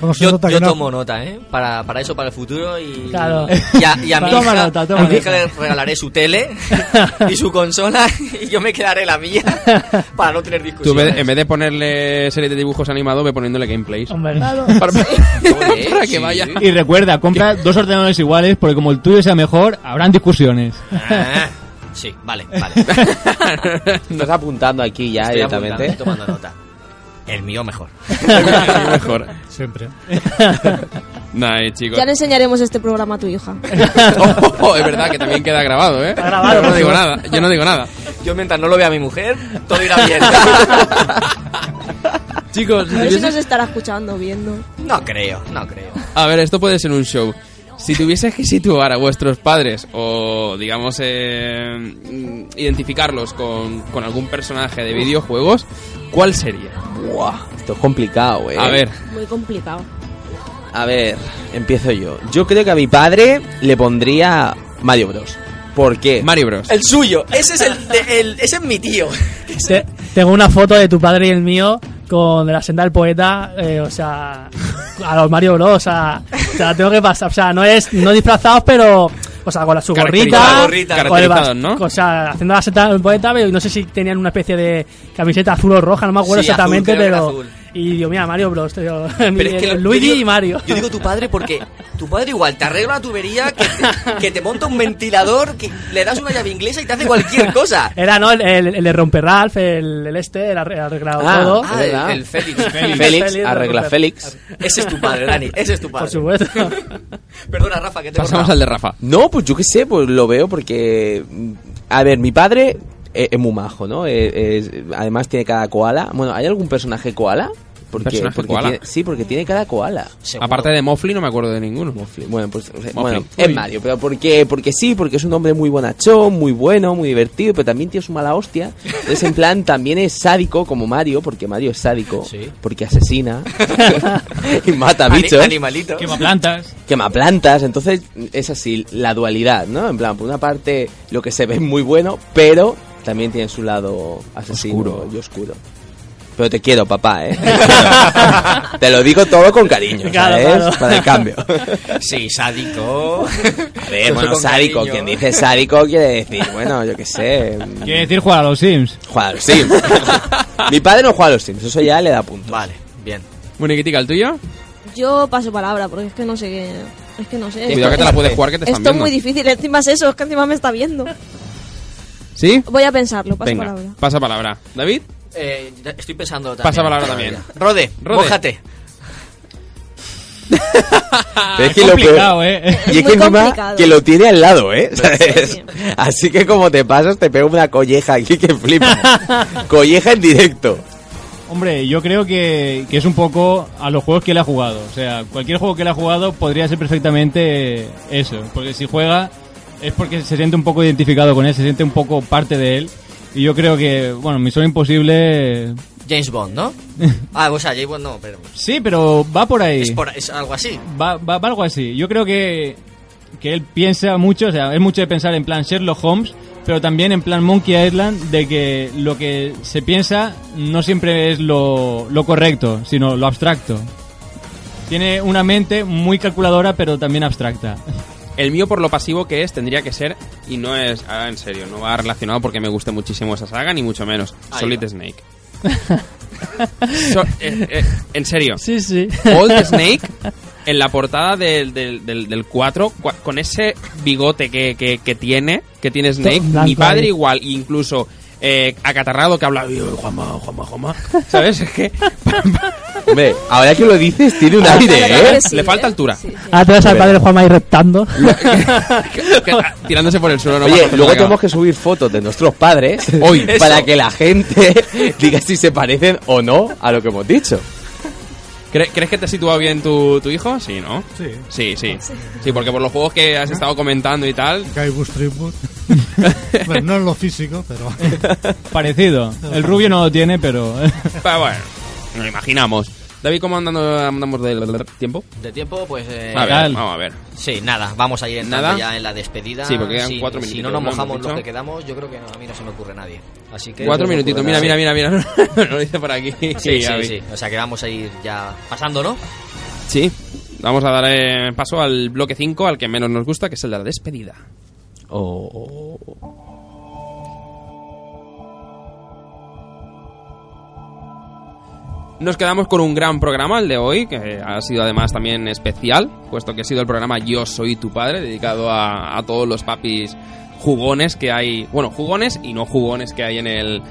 Speaker 8: Como se
Speaker 3: Yo,
Speaker 8: nota que
Speaker 3: yo
Speaker 8: no-
Speaker 3: tomo nota, ¿eh? Para, para eso, para el futuro y...
Speaker 7: Claro.
Speaker 3: Y a, y a mi
Speaker 4: Toma
Speaker 3: hija,
Speaker 4: nota, toma
Speaker 3: a mi hija
Speaker 4: nota.
Speaker 3: le regalaré su tele y su consola y yo me quedaré la mía para no tener
Speaker 2: Tú, en vez- en
Speaker 3: discusiones.
Speaker 2: vez de ponerle serie de dibujos animados, ve poniéndole gameplays.
Speaker 3: Ah,
Speaker 7: Hombre,
Speaker 2: Para,
Speaker 3: Joder,
Speaker 2: para que
Speaker 3: sí.
Speaker 2: vaya.
Speaker 4: Y recuerda, compra dos ordenadores iguales porque como el tuyo sea mejor, habrán discusiones.
Speaker 3: Ah, sí, vale, vale.
Speaker 6: Estás apuntando aquí ya
Speaker 3: Estoy apuntando,
Speaker 6: directamente.
Speaker 3: estoy tomando nota. El mío mejor.
Speaker 2: Mejor.
Speaker 8: Siempre.
Speaker 2: Nah, eh, chicos.
Speaker 5: Ya le enseñaremos este programa a tu hija.
Speaker 2: Oh, es verdad que también queda grabado, ¿eh?
Speaker 7: grabado.
Speaker 2: Yo no digo nada. Yo no digo nada.
Speaker 3: Yo mientras no lo vea mi mujer, todo irá bien.
Speaker 2: Chicos,
Speaker 5: A ver si
Speaker 2: tuvieses-
Speaker 5: nos estará escuchando, viendo.
Speaker 3: No creo, no creo.
Speaker 2: A ver, esto puede ser un show. Si tuvieses que situar a vuestros padres o, digamos, eh, mm, identificarlos con, con algún personaje de videojuegos, ¿cuál sería?
Speaker 6: Buah, esto es complicado, eh.
Speaker 2: A ver,
Speaker 5: Muy complicado.
Speaker 6: A ver, empiezo yo. Yo creo que a mi padre le pondría Mario Bros. ¿Por
Speaker 5: eh,
Speaker 6: qué?
Speaker 2: Mario Bros.
Speaker 3: El suyo, ese es el, de- el- ese es mi tío.
Speaker 7: te- tengo una foto de tu padre y el mío con la senda del poeta, eh, o sea, a los Mario Bros, o sea, te la tengo que pasar, o sea, no es no disfrazados, pero o sea, con la su
Speaker 2: Caracterizado,
Speaker 7: gorrita,
Speaker 3: gorrita.
Speaker 7: con el bas-
Speaker 2: Caracterizados, ¿no?
Speaker 7: O sea, haciendo la senda del poeta, pero no sé si tenían una especie de camiseta azul o roja, no me acuerdo
Speaker 3: Sí, azul,
Speaker 7: exactamente,
Speaker 3: creo que era
Speaker 7: pero
Speaker 3: azul.
Speaker 7: y Dios mío, Mario Bros, tío.
Speaker 3: Pero es que lo-
Speaker 7: Luigi
Speaker 3: yo digo-
Speaker 7: y Mario.
Speaker 3: Yo digo tu padre porque tu padre igual te arregla una tubería, que te, que te monta un ventilador, que le das una llave inglesa y te hace cualquier cosa.
Speaker 7: Era, ¿no? El, el, el de romper Ralph, el, el este, el arre- arreglado
Speaker 6: Ah,
Speaker 7: todo.
Speaker 3: Ah, el,
Speaker 6: ¿Verdad?
Speaker 3: el Félix.
Speaker 6: Félix,
Speaker 7: Félix,
Speaker 6: arregla
Speaker 7: Félix.
Speaker 6: Félix.
Speaker 3: Ese es tu padre, Dani. Ese es tu padre.
Speaker 7: Por supuesto.
Speaker 3: Perdona, Rafa, que te he
Speaker 2: Pasamos
Speaker 3: cortado.
Speaker 2: al de Rafa.
Speaker 6: No, pues yo qué sé, pues lo veo porque... mm, A ver, mi padre e-, es, es muy majo, ¿no? E-, Es- es- además tiene cada koala. Bueno, ¿hay algún personaje koala? Porque,
Speaker 2: personaje
Speaker 6: porque
Speaker 2: koala?
Speaker 6: tiene- sí, porque tiene cada koala.
Speaker 3: Seguro.
Speaker 2: Aparte de Mofli, no me acuerdo de ninguno.
Speaker 6: Mofli. Bueno, pues o sea,
Speaker 2: Mofli.
Speaker 6: bueno, es
Speaker 2: Uy.
Speaker 6: Mario, pero porque porque sí, porque es un hombre muy bonachón, muy bueno, muy divertido, pero también tiene su mala hostia. Entonces, en plan, también es sádico como Mario, porque Mario es sádico,
Speaker 3: Sí.
Speaker 6: porque asesina y mata
Speaker 3: Ani-
Speaker 6: bichos,
Speaker 3: Animalito.
Speaker 4: Quema plantas.
Speaker 6: quema plantas. Entonces, es así la dualidad, ¿no? En plan, por una parte lo que se ve es muy bueno, pero también tiene su lado asesino
Speaker 2: Oscuro.
Speaker 6: y oscuro. Pero te quiero, papá, ¿eh? te lo digo todo con cariño,
Speaker 7: Claro,
Speaker 6: ¿sabes?
Speaker 7: claro.
Speaker 6: Para el cambio.
Speaker 3: Sí, sádico.
Speaker 6: A ver, bueno,
Speaker 3: Con
Speaker 6: sádico.
Speaker 3: cariño.
Speaker 6: Quien dice sádico quiere decir, bueno, yo qué sé.
Speaker 4: Quiere decir jugar a los Sims.
Speaker 6: Juega a los Sims. Mi padre no juega a los Sims, eso ya le da punto.
Speaker 3: Vale. Bien.
Speaker 2: Moniquitica, ¿el tuyo?
Speaker 5: Yo paso palabra, porque es que no sé qué. Es que no sé.
Speaker 2: Cuidado que te la puedes jugar que te
Speaker 5: Esto
Speaker 2: están
Speaker 5: es
Speaker 2: viendo.
Speaker 5: muy difícil, encima es eso, es que encima me está viendo.
Speaker 2: ¿Sí?
Speaker 5: Voy a pensarlo, paso
Speaker 2: Venga,
Speaker 5: palabra.
Speaker 2: pasa palabra. ¿David?
Speaker 3: Eh, ya estoy pensando también.
Speaker 2: Pasa palabra
Speaker 3: Todavía.
Speaker 2: también.
Speaker 3: Rode,
Speaker 2: Rode.
Speaker 3: mójate.
Speaker 6: Pero es que lo peor-
Speaker 4: complicado, eh.
Speaker 6: Y es que
Speaker 5: Muy
Speaker 6: encima
Speaker 5: complicado.
Speaker 6: que lo tiene al lado, ¿eh? ¿Sabes?
Speaker 5: sí.
Speaker 6: Así que como te pasas, te pego una colleja aquí que flipa. colleja en directo.
Speaker 4: Hombre, yo creo que, que es un poco a los juegos que él ha jugado. O sea, cualquier juego que él ha jugado podría ser perfectamente eso. Porque si juega es porque se siente un poco identificado con él, se siente un poco parte de él. Y yo creo que, bueno, Misión Imposible...
Speaker 3: James Bond, ¿no? ah, o sea, James Bond no, pero.
Speaker 4: Sí, pero va por ahí.
Speaker 3: Es, por- es algo así.
Speaker 4: Va, va, va algo así. Yo creo que, que él piensa mucho, o sea, es mucho de pensar en plan Sherlock Holmes, pero también en plan Monkey Island, de que lo que se piensa no siempre es lo, lo correcto, sino lo abstracto. Tiene una mente muy calculadora, pero también abstracta.
Speaker 2: El mío, por lo pasivo que es, tendría que ser, y no es, ahora en serio, no va relacionado porque me guste muchísimo esa saga, ni mucho menos.
Speaker 3: Ahí
Speaker 2: Solid
Speaker 3: va.
Speaker 2: Snake. So- eh, eh, en serio.
Speaker 7: Sí, sí.
Speaker 2: Old Snake en la portada del, del, del, 4, con ese bigote que, que, que tiene, que tiene Snake,
Speaker 7: blanco
Speaker 2: mi padre
Speaker 7: ahí.
Speaker 2: igual, e incluso eh, acatarrado que habla, "Ay, Juanma, Juanma, Juanma, ¿sabes? Es que
Speaker 6: Hombre, ahora que lo dices, tiene un aire,
Speaker 5: La verdad
Speaker 6: ¿eh?
Speaker 5: que sí,
Speaker 2: Le falta altura.
Speaker 5: Sí, sí.
Speaker 7: Ahora te vas al padre de Juanma ahí reptando.
Speaker 2: que- ah, tirándose por el suelo. no
Speaker 6: Oye,
Speaker 2: pasa
Speaker 6: luego
Speaker 2: nada.
Speaker 6: tenemos que subir fotos de nuestros padres hoy
Speaker 2: Eso.
Speaker 6: para que la gente diga si se parecen o no a lo que hemos dicho.
Speaker 2: ¿Cre- ¿Crees que te ha situado bien tu, tu hijo? Sí, ¿no?
Speaker 8: Sí.
Speaker 2: Sí, sí. Sí, porque por los juegos que has estado comentando y tal,
Speaker 8: Guy Bush Tribute. Bueno, no en lo físico, pero.
Speaker 4: Parecido. El rubio no lo tiene, pero...
Speaker 2: pero bueno, nos imaginamos. David, ¿cómo andando, andamos del tiempo?
Speaker 3: De tiempo, pues. eh,
Speaker 2: A ver,
Speaker 4: tal?
Speaker 2: vamos a ver.
Speaker 3: Sí, nada, vamos a ir entrando
Speaker 2: ¿Nada?
Speaker 3: ya en la despedida.
Speaker 2: Sí, porque quedan
Speaker 3: si,
Speaker 2: cuatro
Speaker 3: Si
Speaker 2: minutitos,
Speaker 3: no nos
Speaker 2: ¿no?
Speaker 3: mojamos
Speaker 2: Hemos
Speaker 3: los
Speaker 2: dicho.
Speaker 3: que quedamos, yo creo que no, a mí no se me ocurre nadie. Así que
Speaker 2: Cuatro
Speaker 3: no me ocurre
Speaker 2: minutitos, mira,
Speaker 3: nada.
Speaker 2: mira, mira, mira. Lo dice por aquí.
Speaker 3: Sí, sí,
Speaker 2: Javi.
Speaker 3: sí. O sea que vamos a ir ya pasando, ¿no?
Speaker 2: Sí. Vamos a dar eh, paso al bloque 5, al que menos nos gusta, que es el de la despedida.
Speaker 6: Oh, oh, oh.
Speaker 2: Nos quedamos con un gran programa, el de hoy, que ha sido además también especial, puesto que ha sido el programa Yo Soy Tu Padre, dedicado a, a todos los papis jugones que hay, bueno, jugones y no jugones que hay en el,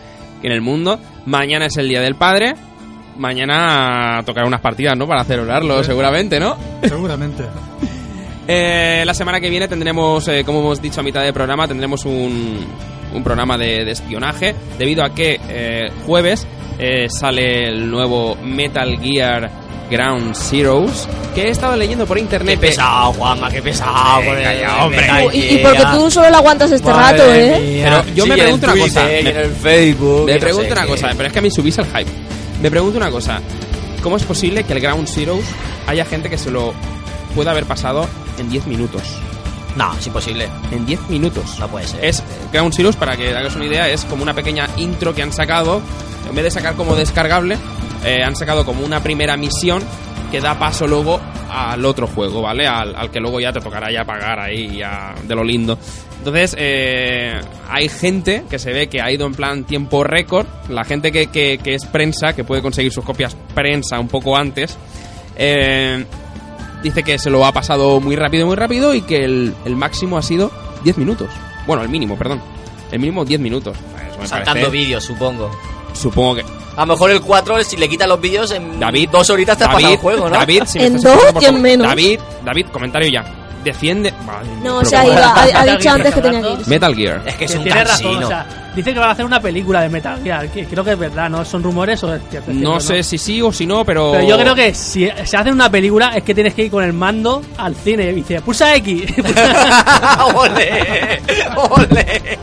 Speaker 2: en el mundo. Mañana es el Día del Padre, mañana tocará unas partidas, ¿no? Para celebrarlo, seguramente, ¿no?
Speaker 8: Seguramente.
Speaker 2: Eh, la semana que viene tendremos, eh, como hemos dicho a mitad de programa, tendremos un, un programa de, de espionaje, debido a que eh, jueves eh, sale el nuevo Metal Gear Ground Zeroes, que he estado leyendo por
Speaker 3: Qué
Speaker 2: internet. que-
Speaker 3: pesado, Juanma, qué pesado. con el-
Speaker 5: Tú- y, y porque tú solo lo aguantas este
Speaker 3: Madre
Speaker 5: rato, ¿eh?
Speaker 3: mía.
Speaker 2: Pero yo
Speaker 3: Sí,
Speaker 2: me
Speaker 3: en
Speaker 2: pregunto una
Speaker 3: Twitter,
Speaker 2: cosa. Me,
Speaker 3: en el Facebook.
Speaker 2: me
Speaker 3: yo no
Speaker 2: pregunto
Speaker 3: sé
Speaker 2: una
Speaker 3: qué.
Speaker 2: cosa, pero es que a mí subís el hype. Me pregunto una cosa. ¿Cómo es posible que el Ground Zeroes haya gente que se lo pueda haber pasado en 10 minutos?
Speaker 3: No, es imposible.
Speaker 2: En 10 minutos.
Speaker 3: No puede ser.
Speaker 2: pues, Es Ground Zeroes, para que hagas una idea, es como una pequeña intro que han sacado. En vez de sacar como descargable, eh, han sacado como una primera misión que da paso luego al otro juego, ¿vale? Al, al que luego ya te tocará ya pagar ahí ya de lo lindo. Entonces, eh, hay gente que se ve que ha ido en plan tiempo récord. La gente que, que- que es prensa, que puede conseguir sus copias prensa un poco antes. Eh, dice que se lo ha pasado muy rápido, muy rápido y que el, el máximo ha sido 10 minutos. Bueno, el mínimo, perdón. El mínimo 10 minutos. O sea, eso me
Speaker 3: Saltando
Speaker 2: parece-
Speaker 3: vídeos, supongo.
Speaker 2: Supongo que.
Speaker 3: A lo mejor el 4, si le quitan los vídeos, en
Speaker 2: David.
Speaker 3: dos horitas te has pasado
Speaker 2: David,
Speaker 3: el juego, ¿no?
Speaker 2: David, si me
Speaker 5: En
Speaker 2: estás
Speaker 5: dos
Speaker 2: escuchando, por
Speaker 5: y en
Speaker 2: favor.
Speaker 5: menos.
Speaker 2: David, David, comentario ya. Defiende. Madre mía,
Speaker 5: No,
Speaker 2: pero
Speaker 5: se ha
Speaker 2: ¿cómo?
Speaker 5: ido. Ha, ha dicho
Speaker 7: Está
Speaker 5: antes que tenía que
Speaker 7: rato.
Speaker 5: ir.
Speaker 2: Metal Gear.
Speaker 3: Es que es un
Speaker 7: tiene razón,
Speaker 3: cansino.
Speaker 7: o sea, dice que van a hacer una película de Metal Gear. que Creo que es verdad, ¿no? ¿Son rumores o es cierto? Es
Speaker 2: No
Speaker 7: cierto,
Speaker 2: sé si sí o si no, pero.
Speaker 7: Pero yo creo que si se hace una película es que tienes que ir con el mando al cine y dices, pulsa X. Pues,
Speaker 3: ¡Ole! ¡Ole!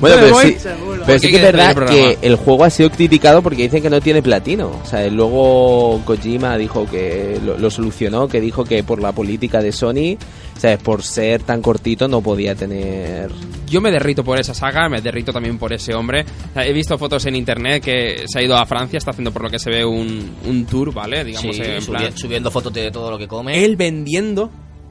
Speaker 6: Bueno,
Speaker 7: Me
Speaker 6: pero
Speaker 7: voy
Speaker 6: sí,
Speaker 7: seguro.
Speaker 2: Porque
Speaker 6: pero sí que es
Speaker 2: hay que
Speaker 6: verdad
Speaker 2: despedir el
Speaker 6: que el juego ha sido criticado porque dicen que no tiene platino. O sea, luego Kojima dijo que lo, lo solucionó, que dijo que por la política de Sony, ¿sabes? Por ser tan cortito no podía tener...
Speaker 2: Yo me derrito por esa saga, me derrito también por ese hombre. He visto fotos en internet que se ha ido a Francia, está haciendo por lo que se ve un, un tour, ¿vale? Digamos,
Speaker 3: Sí,
Speaker 2: eh, en
Speaker 3: subi-
Speaker 2: plan.
Speaker 3: ¿Eh? subiendo fotos de todo lo que come.
Speaker 2: Él vendiendo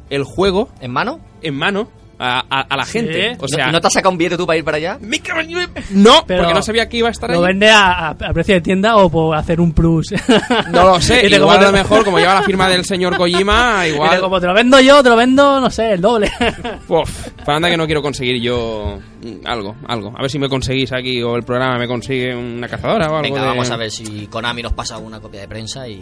Speaker 2: el juego
Speaker 3: ¿En mano?
Speaker 2: en mano a, a- a la gente. O sea,
Speaker 3: ¿No, no te has sacado un billete tú para ir para allá?
Speaker 2: Micro- No,
Speaker 7: Pero-
Speaker 2: porque no sabía que iba a estar ahí.
Speaker 7: ¿Lo vende a, a- a precio de tienda o por hacer un plus?
Speaker 2: No lo sé,
Speaker 7: Y te
Speaker 2: igual
Speaker 7: como
Speaker 2: a lo
Speaker 7: te-
Speaker 2: mejor, como lleva la firma del señor Kojima,
Speaker 7: y te
Speaker 2: igual...
Speaker 7: como te lo vendo yo, te lo vendo, no sé, el doble.
Speaker 2: Uf, pues anda que no quiero conseguir yo mm, algo, algo. A ver si me conseguís aquí o el programa me consigue una cazadora o algo
Speaker 3: Venga,
Speaker 2: de-
Speaker 3: vamos a ver pues, si Konami nos pasa una copia de prensa y,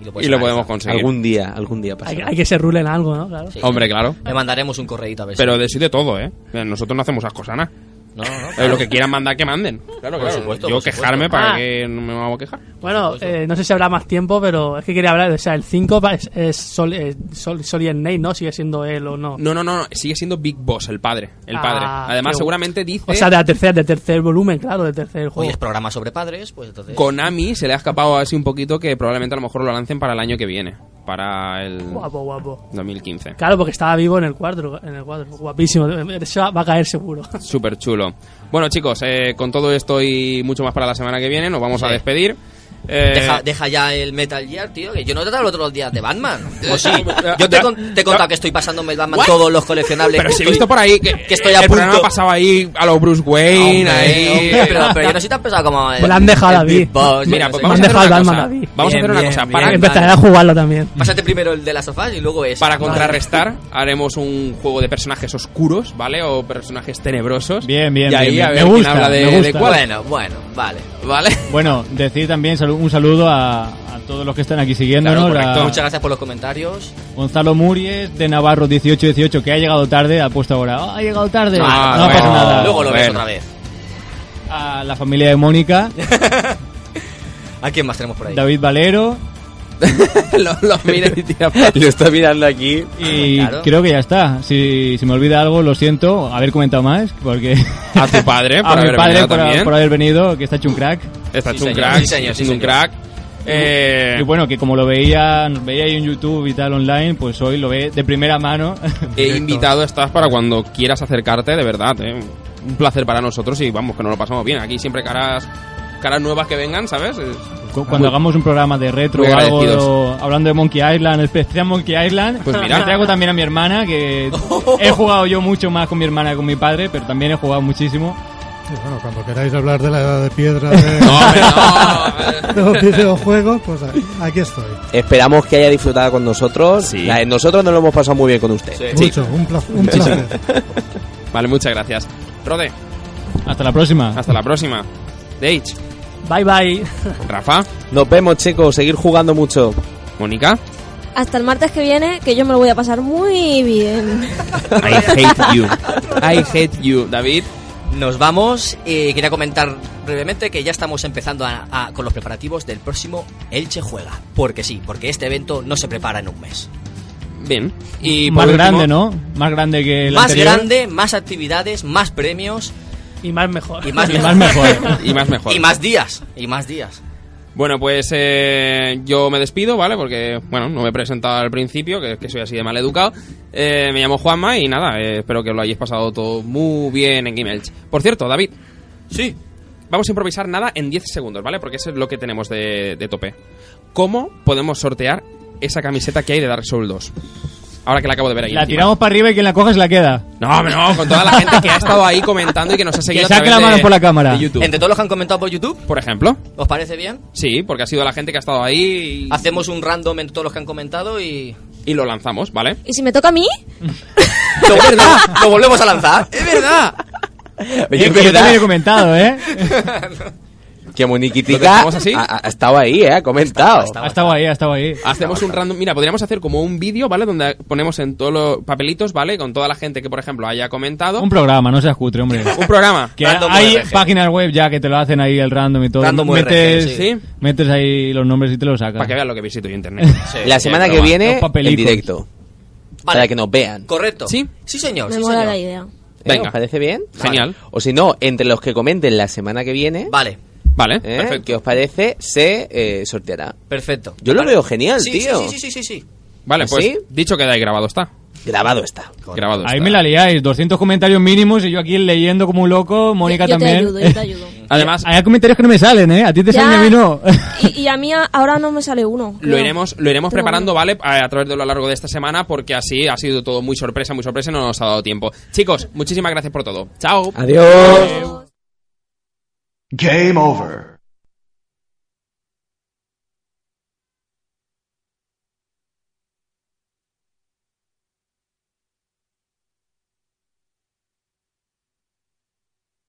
Speaker 3: y lo, puedes
Speaker 2: Y lo
Speaker 3: analizar.
Speaker 2: podemos conseguir.
Speaker 6: Algún día, algún día
Speaker 7: hay,
Speaker 6: pasará.
Speaker 7: hay que ser rule en algo, ¿no? Claro.
Speaker 3: Sí.
Speaker 2: Hombre, claro.
Speaker 3: Le mandaremos un correíto a ver si-
Speaker 2: Pero de sí de todo, ¿eh? Nosotros no hacemos esas cosas, nada.
Speaker 3: No, no, no.
Speaker 2: Eh, Lo que quieran mandar, que manden. Claro,
Speaker 3: Por
Speaker 2: claro.
Speaker 3: supuesto,
Speaker 2: yo
Speaker 3: por supuesto.
Speaker 2: quejarme para
Speaker 7: Ah.
Speaker 2: que no me vamos a quejar.
Speaker 7: Bueno, eh, no sé si habrá más tiempo, pero es que quería hablar, o sea, el 5 pa- es, es Sol, eh, Sol, Sol and Nate, ¿no? Sigue siendo él o no.
Speaker 2: No, no, no, no, sigue siendo Big Boss, el padre. El padre.
Speaker 7: Ah,
Speaker 2: Además,
Speaker 7: tío.
Speaker 2: seguramente dice.
Speaker 7: O sea, de la tercera, de tercer volumen, claro, de tercer
Speaker 3: Hoy
Speaker 7: juego.
Speaker 3: es programa sobre padres, pues entonces...
Speaker 2: Konami se le ha escapado así un poquito que probablemente a lo mejor lo lancen para el año que viene. Para el
Speaker 7: Guapo, guapo.
Speaker 2: 2015.
Speaker 7: Claro, porque estaba vivo en el cuadro, en el cuadro. Guapísimo, eso va a caer seguro.
Speaker 2: Súper chulo. Bueno, chicos, eh, con todo esto y mucho más para la semana que viene, nos vamos a
Speaker 3: Sí.
Speaker 2: despedir. Eh,
Speaker 3: Deja, deja ya el Metal Gear, tío, que yo no te he hablado los días de Batman. O Pues sí. Yo te,
Speaker 2: Ya.
Speaker 3: he con- te he contado que estoy pasándome el Batman
Speaker 2: What?
Speaker 3: todos los coleccionables.
Speaker 2: Pero
Speaker 3: que
Speaker 2: si he
Speaker 3: estoy-
Speaker 2: visto por ahí que,
Speaker 3: que estoy a
Speaker 2: el programa
Speaker 3: punto.
Speaker 2: pasaba ahí a los Bruce Wayne,
Speaker 3: Hombre,
Speaker 2: ahí.
Speaker 3: hombre, pero, pero yo no soy tan pesado como. el-
Speaker 7: Pues la han dejado
Speaker 3: el
Speaker 7: a David.
Speaker 3: Big
Speaker 2: Mira, pues
Speaker 3: Boss, yo no sé.
Speaker 7: Me
Speaker 2: vamos a
Speaker 7: han
Speaker 2: hacer
Speaker 7: dejado
Speaker 2: una
Speaker 7: el
Speaker 2: cosa.
Speaker 7: alma, David.
Speaker 2: Vamos a
Speaker 3: Bien,
Speaker 2: hacer una
Speaker 3: bien,
Speaker 2: cosa.
Speaker 3: bien.
Speaker 2: Para,
Speaker 7: Empezaré a jugarlo también.
Speaker 3: Pásate primero el de las sofás y luego ese.
Speaker 2: para contrarrestar, haremos un juego de personajes oscuros, ¿vale? O personajes tenebrosos.
Speaker 4: Bien, bien,
Speaker 2: Y ahí
Speaker 4: bien, bien.
Speaker 2: a
Speaker 4: Me
Speaker 2: ver quién
Speaker 4: gusta,
Speaker 2: habla de,
Speaker 4: me gusta.
Speaker 2: de cuál.
Speaker 3: Bueno, bueno, vale.
Speaker 2: ¿Vale?
Speaker 4: Bueno, decir también salu- un saludo a, a todos los que están aquí siguiéndonos.
Speaker 2: Claro, correcto.
Speaker 4: a
Speaker 3: Muchas gracias por los comentarios.
Speaker 4: Gonzalo Muries de Navarro 1818 que ha llegado tarde, ha puesto ahora. "Ah, ha llegado tarde.
Speaker 2: Ah,
Speaker 4: no
Speaker 2: bueno.
Speaker 4: pasa nada.
Speaker 3: Luego lo ves
Speaker 2: Bueno.
Speaker 3: otra vez.
Speaker 4: A la familia de Mónica,
Speaker 3: ¿A quién más tenemos por ahí?
Speaker 4: David Valero
Speaker 2: los los mira y tira para
Speaker 6: Lo está mirando aquí.
Speaker 4: y
Speaker 2: Ah,
Speaker 3: Claro.
Speaker 4: creo que ya está. Si, si me olvida algo, lo siento, haber comentado más porque
Speaker 2: A tu padre, Eh, por
Speaker 4: a mi
Speaker 2: haber
Speaker 4: padre
Speaker 2: venido
Speaker 4: por,
Speaker 2: también.
Speaker 4: por haber venido, que está hecho un crack.
Speaker 2: Está
Speaker 3: Sí,
Speaker 2: hecho un
Speaker 3: señor,
Speaker 2: crack,
Speaker 3: sí, señor,
Speaker 2: es
Speaker 3: sí,
Speaker 2: un
Speaker 3: señor.
Speaker 2: crack. Eh,
Speaker 4: Y bueno, que como lo veía, nos veía ahí en YouTube y tal online, pues hoy lo ve de primera mano.
Speaker 2: He invitado estás para cuando quieras acercarte, de verdad. eh. Un placer para nosotros y vamos, que nos lo pasamos bien. Aquí siempre caras caras nuevas que vengan, ¿sabes? Es-
Speaker 4: Cu- Cuando hagamos un programa de retro
Speaker 2: Muy
Speaker 4: o algo,
Speaker 2: agradecidos.
Speaker 4: hablando de Monkey Island, especial Monkey Island,
Speaker 2: Pues mira.
Speaker 4: le traigo también a mi hermana, que he jugado yo mucho más con mi hermana que con mi padre, pero también he jugado muchísimo.
Speaker 8: Sí, bueno, cuando queráis hablar de la edad de piedra de,
Speaker 2: No, hombre, no.
Speaker 8: de los videojuegos, pues aquí estoy.
Speaker 6: Esperamos que haya disfrutado con nosotros.
Speaker 2: Sí.
Speaker 6: La- Nosotros nos lo hemos pasado muy bien con usted.
Speaker 8: Mucho, un placer. Un placer.
Speaker 2: Vale, muchas gracias. Rode,
Speaker 4: Hasta la próxima.
Speaker 2: hasta la próxima. Deitch,
Speaker 7: Bye bye.
Speaker 2: Rafa,
Speaker 6: Nos vemos, chicos. Seguir jugando mucho.
Speaker 2: Mónica.
Speaker 5: Hasta el martes que viene, que yo me lo voy a pasar muy bien.
Speaker 2: I hate you. I hate you. David,
Speaker 3: Nos vamos y quería comentar brevemente que ya estamos empezando a- a- con los preparativos del próximo Elche Juega. Porque sí, porque este evento no se prepara en un mes.
Speaker 2: bien. Y por
Speaker 4: más
Speaker 2: último-
Speaker 4: grande, ¿no? Más grande que el
Speaker 3: Más
Speaker 4: anterior.
Speaker 3: grande, más actividades, más premios
Speaker 7: Y más mejor.
Speaker 3: y más,
Speaker 4: Y más mejor.
Speaker 2: Y más mejor.
Speaker 3: Y más días. Y más días.
Speaker 2: Bueno, pues eh, yo me despido, ¿vale? Porque, bueno, no me he presentado al principio, que, que soy así de mal educado. Eh, me llamo Juanma y nada, eh, espero que lo hayáis pasado todo muy bien en Gimelch. Por cierto, David. Sí. Vamos a improvisar nada en 10 segundos, ¿vale? Porque eso es lo que tenemos de, de tope. ¿Cómo podemos sortear esa camiseta que hay de Dark Souls 2? Ahora que la acabo de ver ahí.
Speaker 4: La
Speaker 2: encima.
Speaker 4: tiramos para arriba y quien la coja se la queda.
Speaker 2: No, hombre, no, con toda la gente que ha estado ahí comentando y que nos ha seguido.
Speaker 4: Que
Speaker 2: a
Speaker 4: saque
Speaker 2: través
Speaker 4: la
Speaker 2: de-
Speaker 4: mano por la cámara.
Speaker 2: de YouTube.
Speaker 3: Entre todos los que han comentado por YouTube,
Speaker 2: Por ejemplo.
Speaker 3: ¿os parece bien?
Speaker 2: Sí, porque ha sido la gente que ha estado ahí y-
Speaker 3: Hacemos un random entre todos los que han comentado y.
Speaker 2: y lo lanzamos, ¿vale?
Speaker 5: ¿Y si me toca a mí?
Speaker 3: ¡Lo, lo volvemos a lanzar! ¡Es verdad!
Speaker 4: Eh, que yo también he comentado, ¿eh?
Speaker 6: Que
Speaker 2: ¿Lo
Speaker 6: Moniquitica
Speaker 2: dejamos así?
Speaker 6: Ha, ha estado ahí, eh, ha comentado.
Speaker 4: ha estado ahí, ha estado ahí.
Speaker 2: Hacemos un random. Mira, podríamos hacer como un vídeo, ¿vale? Donde ponemos en todos los papelitos, ¿vale? Con toda la gente que, por ejemplo, haya comentado.
Speaker 4: Un
Speaker 2: Un,
Speaker 4: programa, no seas cutre, hombre.
Speaker 2: programa.
Speaker 4: Que
Speaker 3: Random
Speaker 4: hay
Speaker 3: URG.
Speaker 4: páginas web ya que te lo hacen ahí el random y todo.
Speaker 3: Random URG,
Speaker 4: metes,
Speaker 2: sí.
Speaker 4: metes ahí los nombres y te los sacas.
Speaker 2: Para que vean lo que visito yo en internet.
Speaker 3: Sí.
Speaker 6: La semana que
Speaker 2: broma.
Speaker 6: viene,
Speaker 4: Los
Speaker 6: en
Speaker 4: papelicos.
Speaker 6: directo.
Speaker 3: Vale.
Speaker 6: Para que nos vean.
Speaker 3: Correcto.
Speaker 2: ¿Sí?
Speaker 3: Sí, señor.
Speaker 5: Me
Speaker 3: sí,
Speaker 5: mola
Speaker 3: señor.
Speaker 5: la idea.
Speaker 2: Venga.
Speaker 6: ¿Os parece bien?
Speaker 2: Genial.
Speaker 6: O si no, entre los que comenten la semana que viene,
Speaker 3: Vale,
Speaker 2: Vale,
Speaker 6: ¿eh?
Speaker 2: perfecto.
Speaker 6: ¿qué os parece? Se eh, sorteará.
Speaker 3: perfecto.
Speaker 6: Yo lo
Speaker 3: Vale.
Speaker 6: veo genial,
Speaker 3: Sí,
Speaker 6: tío.
Speaker 3: Sí, sí, sí, sí, sí.
Speaker 2: Vale, pues
Speaker 6: ¿Sí?
Speaker 2: dicho queda y grabado está.
Speaker 6: Grabado está.
Speaker 2: Grabado
Speaker 4: Ahí
Speaker 2: está.
Speaker 4: me la liáis, 200 comentarios mínimos y yo aquí leyendo como un loco, Mónica
Speaker 5: yo
Speaker 4: también.
Speaker 5: te ayudo, yo te ayudo.
Speaker 2: Además,
Speaker 4: Hay comentarios que no me salen, ¿eh? A ti te
Speaker 5: Ya.
Speaker 4: salen y a mí no.
Speaker 5: Y, y a mí a- ahora no me sale uno.
Speaker 2: Lo
Speaker 5: creo.
Speaker 2: iremos, lo iremos
Speaker 5: Pero
Speaker 2: preparando, ¿vale? A, a través de lo largo de esta semana, porque así ha sido todo muy sorpresa, muy sorpresa y no nos ha dado tiempo. Chicos, muchísimas gracias por todo. Chao.
Speaker 6: Adiós.
Speaker 9: Game over.